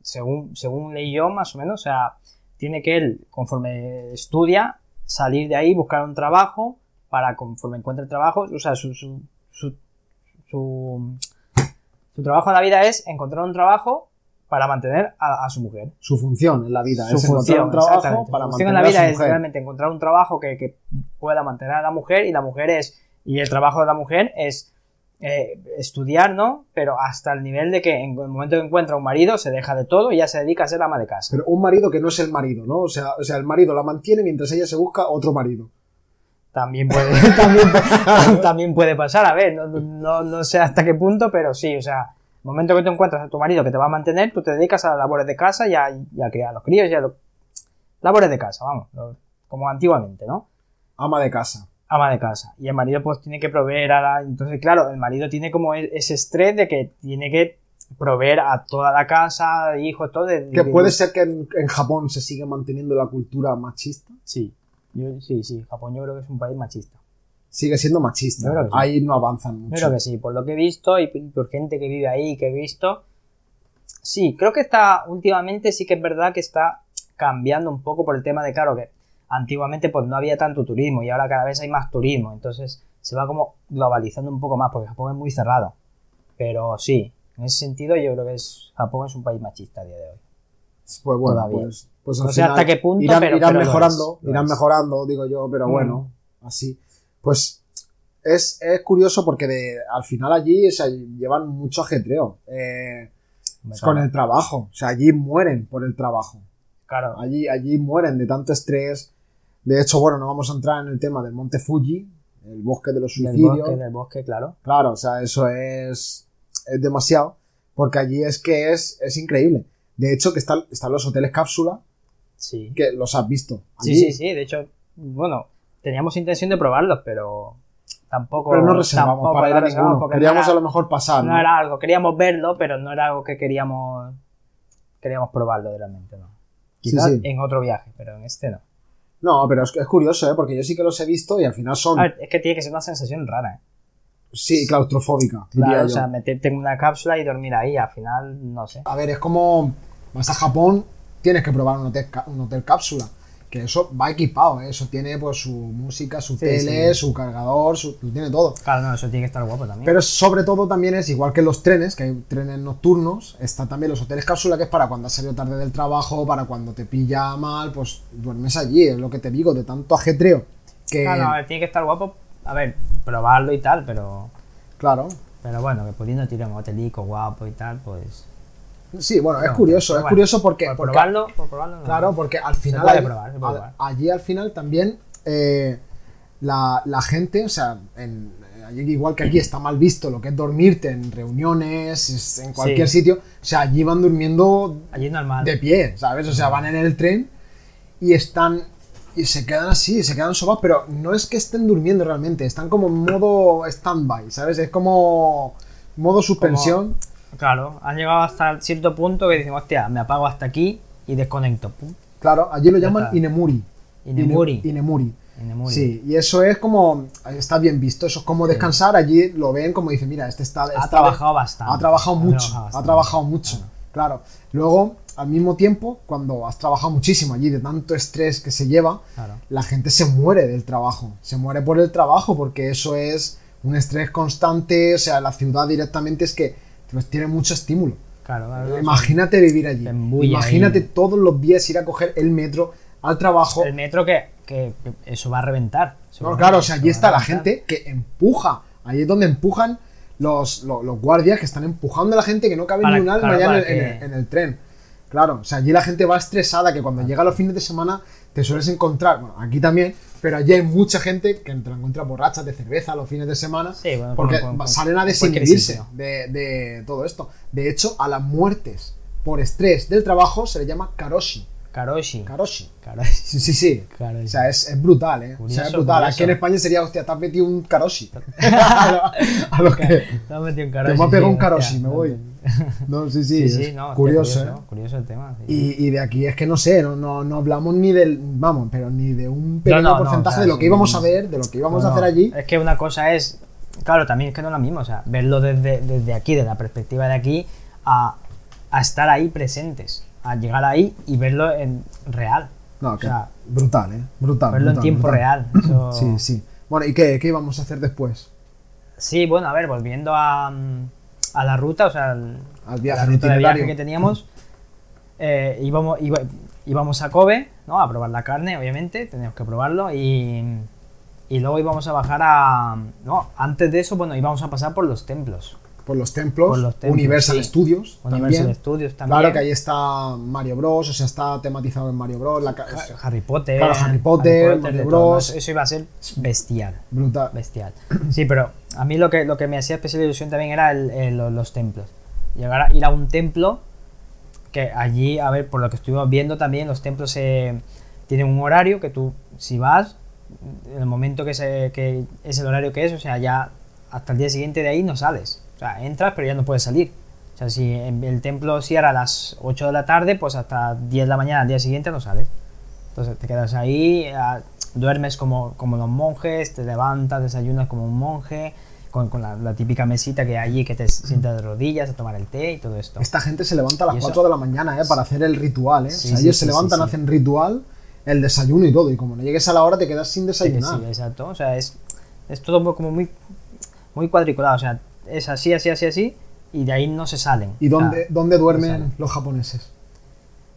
[SPEAKER 2] según, según leí yo, más o menos, o sea, tiene que él, conforme estudia, salir de ahí, buscar un trabajo, para conforme encuentre el trabajo, o sea, su. su, su, su su trabajo en la vida es encontrar un trabajo para mantener a- a su mujer
[SPEAKER 1] Su función en la vida
[SPEAKER 2] su
[SPEAKER 1] es
[SPEAKER 2] función,
[SPEAKER 1] encontrar un trabajo
[SPEAKER 2] exactamente.
[SPEAKER 1] para
[SPEAKER 2] Su
[SPEAKER 1] mantener
[SPEAKER 2] función en la vida
[SPEAKER 1] a su
[SPEAKER 2] es
[SPEAKER 1] mujer.
[SPEAKER 2] realmente encontrar un trabajo que, que pueda mantener a la mujer y la mujer es y el trabajo de la mujer es eh, estudiar no pero hasta el nivel de que en el momento que encuentra un marido se deja de todo y ya se dedica a ser ama de casa
[SPEAKER 1] Pero un marido que no es el marido, ¿no? O sea, o sea, el marido la mantiene mientras ella se busca otro marido.
[SPEAKER 2] también puede (laughs) también, pu- (laughs) también puede pasar a ver no, no, no sé hasta qué punto pero sí o sea el momento que te encuentras a tu marido que te va a mantener tú te dedicas a las labores de casa y a, y a criar a los críos y a los labores de casa vamos lo- como antiguamente no
[SPEAKER 1] ama de casa.
[SPEAKER 2] ama de casa y el marido pues tiene que proveer a la... Entonces, claro, el marido tiene como e- ese estrés de que tiene que proveer a toda la casa, hijos, todo. de-
[SPEAKER 1] Que
[SPEAKER 2] de-
[SPEAKER 1] puede ser que en, en Japón se sigue manteniendo la cultura machista.
[SPEAKER 2] Sí, yo, sí, sí, Japón yo creo que es un país machista.
[SPEAKER 1] Sigue siendo machista.
[SPEAKER 2] Yo creo que sí.
[SPEAKER 1] Ahí no avanzan
[SPEAKER 2] Yo
[SPEAKER 1] mucho.
[SPEAKER 2] creo que sí, por lo que he visto y por gente que vive ahí que he visto. Sí, creo que está, últimamente sí que es verdad que está cambiando un poco por el tema de, claro, que antiguamente pues no había tanto turismo y ahora cada vez hay más turismo, entonces se va como globalizando un poco más porque Japón es muy cerrado. Pero sí, en ese sentido yo creo que es, Japón es un país machista a día de hoy.
[SPEAKER 1] Pues bueno,
[SPEAKER 2] Todavía.
[SPEAKER 1] pues, pues al
[SPEAKER 2] No sé hasta
[SPEAKER 1] final
[SPEAKER 2] qué punto,
[SPEAKER 1] irán,
[SPEAKER 2] pero,
[SPEAKER 1] irán
[SPEAKER 2] pero lo
[SPEAKER 1] mejorando,
[SPEAKER 2] es, lo
[SPEAKER 1] irán
[SPEAKER 2] es.
[SPEAKER 1] mejorando, digo yo, pero
[SPEAKER 2] Mm.
[SPEAKER 1] bueno, así. Pues es, es curioso porque de- al final allí o sea, llevan mucho ajetreo eh,
[SPEAKER 2] Me
[SPEAKER 1] con
[SPEAKER 2] cago.
[SPEAKER 1] el trabajo. O sea, allí mueren por el trabajo.
[SPEAKER 2] Claro,
[SPEAKER 1] Allí, allí mueren de tanto estrés. De hecho, bueno, no vamos a entrar en el tema del monte Fuji, el bosque de los
[SPEAKER 2] del
[SPEAKER 1] suicidios.
[SPEAKER 2] bosque, del bosque, claro.
[SPEAKER 1] Claro, o sea, eso es, es demasiado, porque allí es que es, es increíble. De hecho, que están, están los hoteles cápsula,
[SPEAKER 2] Sí.
[SPEAKER 1] que los has visto.
[SPEAKER 2] Sí,
[SPEAKER 1] allí,
[SPEAKER 2] sí, sí. De hecho, bueno, teníamos intención de probarlos, pero tampoco.
[SPEAKER 1] Pero no reservamos
[SPEAKER 2] tampoco
[SPEAKER 1] para ir
[SPEAKER 2] lo
[SPEAKER 1] a
[SPEAKER 2] reservamos
[SPEAKER 1] ninguno.
[SPEAKER 2] porque no,
[SPEAKER 1] Queríamos a
[SPEAKER 2] era,
[SPEAKER 1] lo mejor pasar.
[SPEAKER 2] no
[SPEAKER 1] ¿no?
[SPEAKER 2] era algo. Queríamos verlo, pero no era algo que queríamos. Queríamos probarlo realmente, ¿no?
[SPEAKER 1] Sí,
[SPEAKER 2] Quizás
[SPEAKER 1] sí.
[SPEAKER 2] en otro viaje, pero en este no.
[SPEAKER 1] No, pero es, que es curioso, ¿eh? porque yo sí que los he visto y al final son,
[SPEAKER 2] A ver, es que tiene que ser una sensación rara, ¿eh?
[SPEAKER 1] sí, claustrofóbica, diría
[SPEAKER 2] Claro,
[SPEAKER 1] yo.
[SPEAKER 2] o sea, meterte en una cápsula y dormir ahí, al final, no sé.
[SPEAKER 1] A ver, es como vas a Japón, tienes que probar un hotel, ca- un hotel cápsula. Que eso va equipado, ¿eh? eso tiene pues su música, su
[SPEAKER 2] Sí,
[SPEAKER 1] tele,
[SPEAKER 2] sí.
[SPEAKER 1] su cargador, su, lo tiene todo.
[SPEAKER 2] Claro, no, eso tiene que estar guapo también.
[SPEAKER 1] Pero sobre todo también es igual que los trenes, que hay trenes nocturnos, están también los hoteles cápsula, que es para cuando has salido tarde del trabajo, para cuando te pilla mal, pues duermes allí, es lo que te digo, de tanto ajetreo. Que,
[SPEAKER 2] Claro, a
[SPEAKER 1] claro,
[SPEAKER 2] ver, tiene que estar guapo, a ver, probarlo y tal, pero. Pero bueno, que pudiendo tirar un hotelico guapo y tal, pues.
[SPEAKER 1] sí, bueno, es
[SPEAKER 2] No,
[SPEAKER 1] curioso,
[SPEAKER 2] pero
[SPEAKER 1] es
[SPEAKER 2] bueno,
[SPEAKER 1] curioso porque,
[SPEAKER 2] por
[SPEAKER 1] porque-
[SPEAKER 2] probarlo, por probarlo. no.
[SPEAKER 1] claro, porque al final
[SPEAKER 2] puede
[SPEAKER 1] allí,
[SPEAKER 2] probar, se puede
[SPEAKER 1] al-
[SPEAKER 2] probar.
[SPEAKER 1] allí al final también eh, la, la gente, o sea, en- allí igual que aquí está mal visto lo que es dormirte en reuniones, es- en cualquier
[SPEAKER 2] Sí.
[SPEAKER 1] sitio, o sea, allí van durmiendo
[SPEAKER 2] Allí es normal.
[SPEAKER 1] de pie, ¿sabes? O sea, van en el tren y están. Y se quedan así, se quedan sobados, pero no es que estén durmiendo realmente, están como en modo stand-by, ¿sabes? Es como modo suspensión.
[SPEAKER 2] Claro, han llegado hasta cierto punto que dicen, hostia, me apago hasta aquí y desconecto. Pum.
[SPEAKER 1] Claro, allí lo llaman
[SPEAKER 2] está.
[SPEAKER 1] Inemuri.
[SPEAKER 2] Inemuri.
[SPEAKER 1] Ine- Inemuri.
[SPEAKER 2] Inemuri.
[SPEAKER 1] Sí, y eso es como. Está bien visto, eso es como descansar. Allí lo ven como dicen, mira, este está.
[SPEAKER 2] Ha
[SPEAKER 1] está-
[SPEAKER 2] trabajado bastante.
[SPEAKER 1] Ha trabajado
[SPEAKER 2] Ha
[SPEAKER 1] mucho,
[SPEAKER 2] trabajado
[SPEAKER 1] ha
[SPEAKER 2] bastante.
[SPEAKER 1] trabajado mucho, claro. Luego, al mismo tiempo, cuando has trabajado muchísimo allí, de tanto estrés que se lleva,
[SPEAKER 2] Claro.
[SPEAKER 1] la gente se muere del trabajo, se muere por el trabajo porque eso es un estrés constante, o sea, la ciudad directamente es que pues, tiene mucho estímulo.
[SPEAKER 2] Claro, claro, claro.
[SPEAKER 1] Imagínate vivir allí,
[SPEAKER 2] Te embulla
[SPEAKER 1] imagínate
[SPEAKER 2] ahí.
[SPEAKER 1] todos los días ir a coger el metro al trabajo.
[SPEAKER 2] El metro que, que- que eso va a reventar.
[SPEAKER 1] No,
[SPEAKER 2] seguramente,
[SPEAKER 1] claro, o sea,
[SPEAKER 2] eso
[SPEAKER 1] allí
[SPEAKER 2] va a
[SPEAKER 1] está la
[SPEAKER 2] reventar.
[SPEAKER 1] gente que empuja, ahí es donde empujan los, lo- los guardias que están empujando a la gente que no cabe
[SPEAKER 2] Para-
[SPEAKER 1] ni un alma
[SPEAKER 2] claro,
[SPEAKER 1] ya en
[SPEAKER 2] para
[SPEAKER 1] el, en
[SPEAKER 2] que-
[SPEAKER 1] el- en el tren. Claro, o sea, allí la gente va estresada, que cuando llega los fines de semana te sueles encontrar, bueno, aquí también, pero allí hay mucha gente que te la encuentra borrachas de cerveza los fines de semana,
[SPEAKER 2] Sí, bueno,
[SPEAKER 1] porque
[SPEAKER 2] como- como-
[SPEAKER 1] va- salen a
[SPEAKER 2] cualquier
[SPEAKER 1] desinhibirse
[SPEAKER 2] sitio.
[SPEAKER 1] de, de todo esto. De hecho, a las muertes por estrés del trabajo se le llama karoshi.
[SPEAKER 2] Karoshi.
[SPEAKER 1] Karoshi.
[SPEAKER 2] Karoshi.
[SPEAKER 1] Sí, sí, sí.
[SPEAKER 2] Claro,
[SPEAKER 1] O sea, es, es brutal, ¿eh? o sea, es
[SPEAKER 2] Curioso,
[SPEAKER 1] brutal.
[SPEAKER 2] curioso.
[SPEAKER 1] Aquí en España sería, hostia, te has metido un
[SPEAKER 2] (laughs)
[SPEAKER 1] karoshi. (laughs) a, lo, a lo que.
[SPEAKER 2] Te has metido un
[SPEAKER 1] Que
[SPEAKER 2] karoshi.
[SPEAKER 1] me ha pegado
[SPEAKER 2] sí,
[SPEAKER 1] un karoshi,
[SPEAKER 2] hostia,
[SPEAKER 1] me
[SPEAKER 2] no,
[SPEAKER 1] voy. No, sí,
[SPEAKER 2] (laughs)
[SPEAKER 1] sí.
[SPEAKER 2] Sí,
[SPEAKER 1] es
[SPEAKER 2] sí, no, hostia,
[SPEAKER 1] curioso, ¿eh?
[SPEAKER 2] Curioso el tema. sí.
[SPEAKER 1] Y, y de aquí es que no sé, no, no, no hablamos ni del. Vamos, pero ni de un pequeño
[SPEAKER 2] no, no,
[SPEAKER 1] porcentaje
[SPEAKER 2] o sea,
[SPEAKER 1] de lo que
[SPEAKER 2] sí,
[SPEAKER 1] íbamos a
[SPEAKER 2] sí.
[SPEAKER 1] ver, de lo que íbamos a
[SPEAKER 2] No,
[SPEAKER 1] hacer allí.
[SPEAKER 2] Es que una cosa es, claro, también es que no es lo mismo, o sea, verlo desde, desde aquí, desde la perspectiva de aquí, a, a estar ahí presentes, a llegar ahí y verlo en real.
[SPEAKER 1] No, que
[SPEAKER 2] o sea,
[SPEAKER 1] brutal, ¿eh? Brutal.
[SPEAKER 2] verlo en
[SPEAKER 1] brutal,
[SPEAKER 2] tiempo
[SPEAKER 1] brutal. (laughs)
[SPEAKER 2] real. eso-
[SPEAKER 1] Sí, sí. Bueno, ¿y qué, qué íbamos a hacer después?
[SPEAKER 2] Sí, bueno, a ver, volviendo a, mm, a la ruta, o sea, al,
[SPEAKER 1] Al
[SPEAKER 2] a
[SPEAKER 1] viaje,
[SPEAKER 2] la
[SPEAKER 1] al
[SPEAKER 2] ruta de
[SPEAKER 1] itinerario.
[SPEAKER 2] viaje que teníamos, eh, íbamos, iba- íbamos a Kobe, ¿no? A probar la carne, obviamente, teníamos que probarlo y, y luego íbamos a bajar a... No, antes de eso, bueno, íbamos a pasar por los templos.
[SPEAKER 1] Por los templos,
[SPEAKER 2] Por los templos,
[SPEAKER 1] Universal
[SPEAKER 2] sí.
[SPEAKER 1] Studios.
[SPEAKER 2] Universal
[SPEAKER 1] también.
[SPEAKER 2] Studios también.
[SPEAKER 1] Claro que ahí está Mario Bros, o sea, está tematizado en Mario Bros, la ca- es
[SPEAKER 2] Harry Potter.
[SPEAKER 1] Claro, Harry Potter, Mario
[SPEAKER 2] de todo,
[SPEAKER 1] Bros.
[SPEAKER 2] ¿no? Eso iba a ser bestial.
[SPEAKER 1] brutal.
[SPEAKER 2] Bestial. Sí, pero a mí lo que, lo que me hacía especial ilusión también era el- el- los, los templos. Llegar a ir a un templo que allí, a ver, por lo que estuvimos viendo también, los templos eh, tienen un horario que tú, si vas, en el momento que, se, que es el horario que es, o sea, ya hasta el día siguiente de ahí no sales. O sea, entras pero ya no puedes salir. O sea, si el templo cierra a las 8 de la tarde, pues hasta 10 de la mañana al día siguiente no sales. Entonces te quedas ahí, a, duermes como, como los monjes, te levantas, desayunas como un monje, con, con la, la, típica mesita que hay allí que te sientas de rodillas a tomar el té y todo esto.
[SPEAKER 1] Esta gente se levanta a las 4 de la mañana eh, para hacer el ritual. Eh. Sí, o sea, sí, ellos sí, se levantan, hacen ritual, el desayuno y todo. Y como no llegues a la hora, te quedas sin desayunar.
[SPEAKER 2] Sí, exacto. O sea, es, es todo como muy, muy cuadriculado. O sea, es así, así, así, así. Y de ahí no se salen.
[SPEAKER 1] ¿Y dónde, claro, dónde duermen no los japoneses?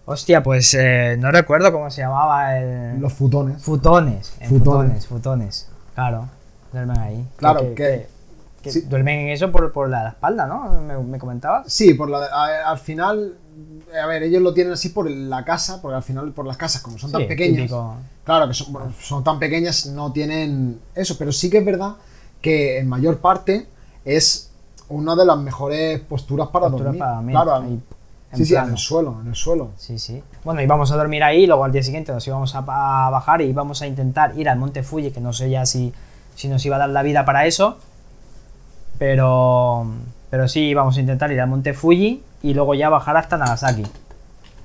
[SPEAKER 2] Hostia, pues eh, no recuerdo cómo se llamaba el...
[SPEAKER 1] Los futones.
[SPEAKER 2] Futones. En futones. futones, futones. Claro, duermen ahí.
[SPEAKER 1] Claro, que... que, que
[SPEAKER 2] que sí. duermen en eso por, por la, la, espalda, ¿no? ¿Me, me comentabas?
[SPEAKER 1] Sí, por la, a, al final, a ver, ellos lo tienen así por la casa, porque al final por las casas, como son tan sí, pequeñas, típico. claro que son, bueno, son, tan pequeñas, no tienen eso, pero sí que es verdad que en mayor parte es una de las mejores posturas para posturas dormir. Para dormir. Claro, al, sí, sí, en el suelo, en el suelo.
[SPEAKER 2] Sí, sí. Bueno, íbamos a dormir ahí, luego al día siguiente nos íbamos a, a bajar y íbamos a intentar ir al Monte Fuji, que no sé ya si, si nos iba a dar la vida para eso pero pero sí vamos a intentar ir al monte Fuji y luego ya bajar hasta Nagasaki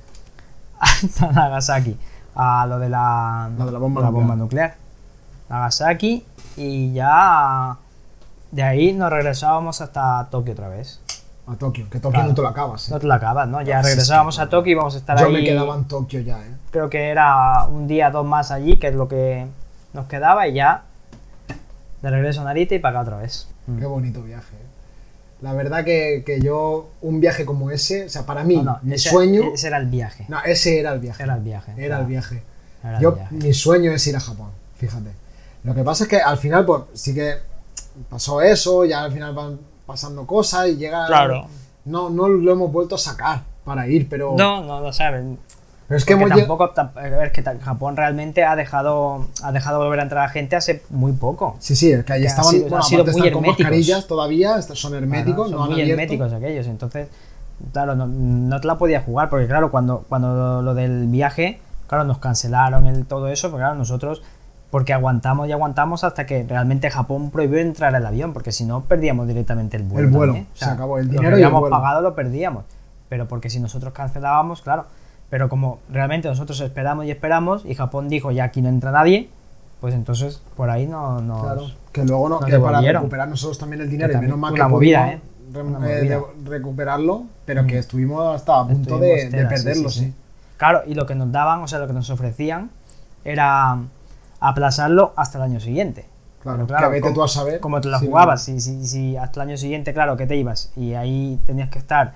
[SPEAKER 2] (laughs) hasta Nagasaki a lo de la,
[SPEAKER 1] lo de la, bomba,
[SPEAKER 2] la nuclear. bomba, nuclear. Nagasaki y ya de ahí nos regresábamos hasta Tokio otra vez
[SPEAKER 1] a Tokio, que Tokio claro. no te lo acabas. ¿eh?
[SPEAKER 2] No te lo acabas, ¿no? Ya regresábamos a Tokio y vamos a estar
[SPEAKER 1] Yo
[SPEAKER 2] ahí.
[SPEAKER 1] Yo me quedaba en Tokio ya, ¿eh?
[SPEAKER 2] Creo que era un día, dos más allí, que es lo que nos quedaba, y ya de regreso a Narita y para acá otra vez. Mm.
[SPEAKER 1] Qué bonito viaje. ¿eh? La verdad que, que, yo, un viaje como ese, o sea, para mí, no, no, mi
[SPEAKER 2] ese,
[SPEAKER 1] sueño...
[SPEAKER 2] Ese era el viaje.
[SPEAKER 1] No, ese era el viaje.
[SPEAKER 2] Era el viaje.
[SPEAKER 1] Era el viaje. Era yo, el viaje. mi sueño es ir a Japón, fíjate. Lo que pasa es que al final, pues, sí que pasó eso, ya al final van pasando cosas y llega...
[SPEAKER 2] Claro.
[SPEAKER 1] No, no lo hemos vuelto a sacar para ir, pero...
[SPEAKER 2] No, no lo saben.
[SPEAKER 1] Pero es que
[SPEAKER 2] hemos tampoco, a ver, que Japón realmente ha dejado, ha dejado volver a entrar a gente hace muy poco.
[SPEAKER 1] Sí, sí, es que ahí estaban,
[SPEAKER 2] ha sido, bueno, ha sido muy
[SPEAKER 1] herméticos. Con mascarillas todavía, son herméticos,
[SPEAKER 2] claro,
[SPEAKER 1] son
[SPEAKER 2] no muy
[SPEAKER 1] han
[SPEAKER 2] herméticos aquellos, entonces, claro, no, no, te la podía jugar, porque claro, cuando, cuando lo, lo del viaje, claro, nos cancelaron el, todo eso, pero claro, nosotros, porque aguantamos y aguantamos hasta que realmente Japón prohibió entrar al avión, porque si no, perdíamos directamente el vuelo.
[SPEAKER 1] El vuelo,
[SPEAKER 2] también.
[SPEAKER 1] O sea, se acabó el
[SPEAKER 2] lo
[SPEAKER 1] dinero.
[SPEAKER 2] Lo
[SPEAKER 1] habíamos y el vuelo.
[SPEAKER 2] pagado, lo perdíamos, pero porque si nosotros cancelábamos, claro pero como realmente nosotros esperamos y esperamos y Japón dijo ya aquí no entra nadie pues entonces por ahí no nos,
[SPEAKER 1] claro que luego no, que para recuperar nosotros también el dinero también y menos mal que
[SPEAKER 2] movida, eh,
[SPEAKER 1] eh, recuperarlo pero mm. que estuvimos hasta a punto de, de, perderlo sí, sí, sí.
[SPEAKER 2] claro y lo que nos daban o sea lo que nos ofrecían era aplazarlo hasta el año siguiente
[SPEAKER 1] Claro, claro que vete
[SPEAKER 2] como,
[SPEAKER 1] tú a saber.
[SPEAKER 2] Como te la si jugabas, no. si, si, hasta el año siguiente, claro, que te ibas y ahí tenías que estar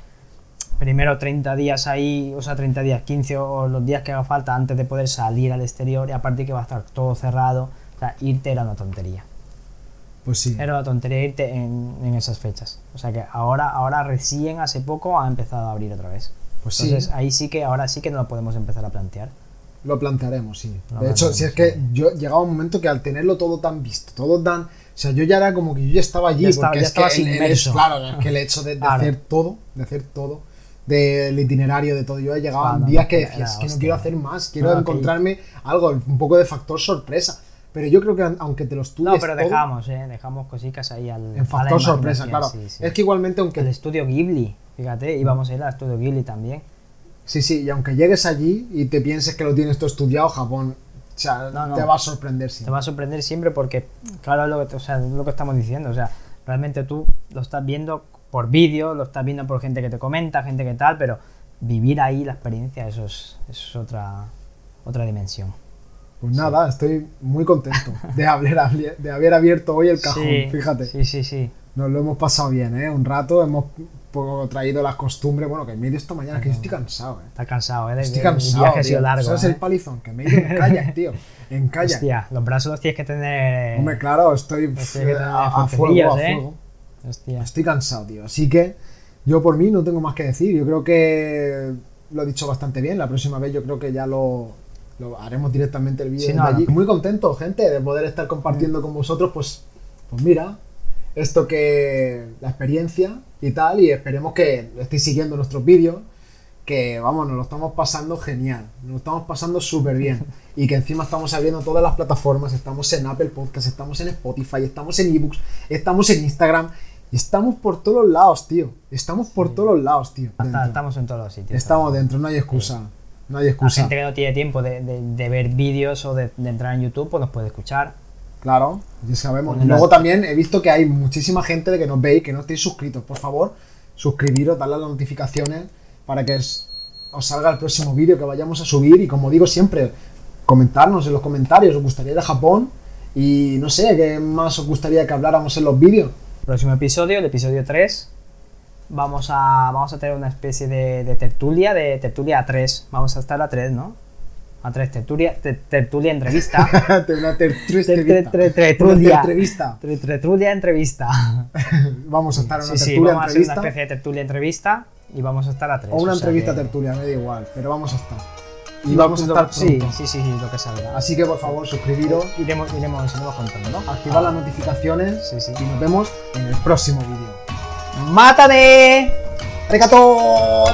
[SPEAKER 2] primero 30 días ahí, o sea, 30 días, 15 o los días que haga falta antes de poder salir al exterior y aparte que va a estar todo cerrado, o sea, irte era una tontería.
[SPEAKER 1] Pues sí.
[SPEAKER 2] Era una tontería irte en, en esas fechas. O sea que ahora, ahora recién hace poco ha empezado a abrir otra vez. Pues Entonces sí. ahí sí que, ahora sí que no lo podemos empezar a plantear.
[SPEAKER 1] Lo plantearemos, Ah, sí. Lo de hecho, si es que yo llegaba un momento que al tenerlo todo tan visto, todo tan... O sea, yo ya era como que yo ya estaba allí.
[SPEAKER 2] Ya estaba,
[SPEAKER 1] porque
[SPEAKER 2] ya
[SPEAKER 1] es
[SPEAKER 2] estaba
[SPEAKER 1] que
[SPEAKER 2] inmerso.
[SPEAKER 1] El, el, claro, es que (laughs) el hecho de, de hacer todo, de hacer todo, del itinerario, de todo. Yo llegaba ah, no, días no, que decías que hostia. no quiero hacer más, quiero no, encontrarme okay. algo, un poco de factor sorpresa. Pero yo creo que aunque te lo estudies.
[SPEAKER 2] No, pero dejamos, todo, eh, dejamos cositas ahí al.
[SPEAKER 1] En factor sorpresa, claro. Sí, sí. Es que igualmente, aunque.
[SPEAKER 2] El estudio Ghibli, fíjate, íbamos a ir al estudio Ghibli también.
[SPEAKER 1] Sí, sí, y aunque llegues allí y te pienses que lo tienes todo estudiado, Japón. O sea, te va a sorprender siempre.
[SPEAKER 2] Te va a sorprender siempre porque, claro, es lo que, o sea, es lo que estamos diciendo. O sea, realmente tú lo estás viendo por vídeo, lo estás viendo por gente que te comenta, gente que tal, pero vivir ahí la experiencia, eso es, eso es otra, otra dimensión.
[SPEAKER 1] Pues nada, sí. estoy muy contento de haber, de haber abierto hoy el cajón,
[SPEAKER 2] sí,
[SPEAKER 1] fíjate.
[SPEAKER 2] Sí, sí, sí.
[SPEAKER 1] Nos lo hemos pasado bien, ¿eh? Un rato, hemos poco traído las costumbres. Bueno, que me he ido esta mañana, no, que yo estoy cansado, ¿eh?
[SPEAKER 2] Está cansado, ¿eh?
[SPEAKER 1] De, estoy cansado.
[SPEAKER 2] El viaje ha sido largo.
[SPEAKER 1] Eso es
[SPEAKER 2] ¿eh?
[SPEAKER 1] el palizón, que me he ido en kayak, tío. En
[SPEAKER 2] (laughs)
[SPEAKER 1] kayak.
[SPEAKER 2] Hostia, los brazos los tienes que tener.
[SPEAKER 1] Hombre, claro, estoy
[SPEAKER 2] Pues
[SPEAKER 1] a, a, fuego, a ¿eh? fuego.
[SPEAKER 2] Hostia.
[SPEAKER 1] Estoy cansado, tío. Así que yo por mí no tengo más que decir. Yo creo que lo he dicho bastante bien. La próxima vez yo creo que ya lo, lo haremos directamente el vídeo sí, no, allí. No. Muy contento, gente, de poder estar compartiendo sí. con vosotros. Pues, pues mira, esto que la experiencia y tal. Y esperemos que estéis siguiendo nuestros vídeos. que vamos, nos lo estamos pasando genial, nos lo estamos pasando
[SPEAKER 2] (laughs)
[SPEAKER 1] súper bien y que encima estamos abriendo todas las plataformas, estamos en Apple Podcast, estamos en Spotify, estamos en ebooks, estamos en Instagram, estamos por todos lados, tío, estamos por
[SPEAKER 2] Sí.
[SPEAKER 1] todos lados, tío.
[SPEAKER 2] Está-
[SPEAKER 1] dentro.
[SPEAKER 2] estamos en todos los sitios.
[SPEAKER 1] Estamos dentro, no hay excusa, no hay
[SPEAKER 2] La
[SPEAKER 1] excusa.
[SPEAKER 2] gente que no tiene tiempo de, de- de ver vídeos o de, de entrar en YouTube, pues nos puede escuchar.
[SPEAKER 1] Claro, ya sabemos.
[SPEAKER 2] Ponle
[SPEAKER 1] Luego
[SPEAKER 2] las-
[SPEAKER 1] también he visto que hay muchísima gente de que nos veis, que no estáis suscritos. Por favor, suscribiros, darle a las notificaciones para que os, os salga el próximo vídeo que vayamos a subir. Y como digo siempre, comentarnos en los comentarios. ¿Os gustaría de Japón? Y no sé, ¿qué más os gustaría que habláramos en los vídeos? (laughs)
[SPEAKER 2] Próximo episodio, el episodio 3. Vamos a, vamos a tener una especie de, de tertulia, de tertulia a 3. Vamos a estar a 3, ¿no? A 3, tertulia, te- tertulia
[SPEAKER 1] (laughs)
[SPEAKER 2] entrevista.
[SPEAKER 1] Una ter- triste
[SPEAKER 2] Ter-
[SPEAKER 1] vista.
[SPEAKER 2] ter- ter-
[SPEAKER 1] (laughs) Una
[SPEAKER 2] tertulia.
[SPEAKER 1] entrevista.
[SPEAKER 2] Ter- tertulia entrevista.
[SPEAKER 1] Vamos a estar en
[SPEAKER 2] Sí,
[SPEAKER 1] una
[SPEAKER 2] sí,
[SPEAKER 1] tertulia
[SPEAKER 2] vamos a hacer una
[SPEAKER 1] entrevista.
[SPEAKER 2] especie de tertulia entrevista y vamos a estar a 3.
[SPEAKER 1] O una entrevista tertulia, me da igual, pero vamos a estar. Y vamos a estar
[SPEAKER 2] Sí,
[SPEAKER 1] pronto.
[SPEAKER 2] sí, sí, sí, lo que salga.
[SPEAKER 1] Así que por favor, suscribiros.
[SPEAKER 2] Iremos, iremos, iremos contando, ¿no?
[SPEAKER 1] activar las notificaciones
[SPEAKER 2] Sí, sí.
[SPEAKER 1] y nos vemos en el próximo vídeo.
[SPEAKER 2] ¡Mátame!
[SPEAKER 1] ¡Arigato!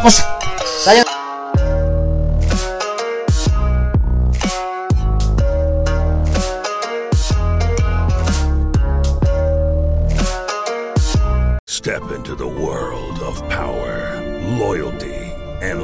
[SPEAKER 3] Step into the world of power, loyalty, and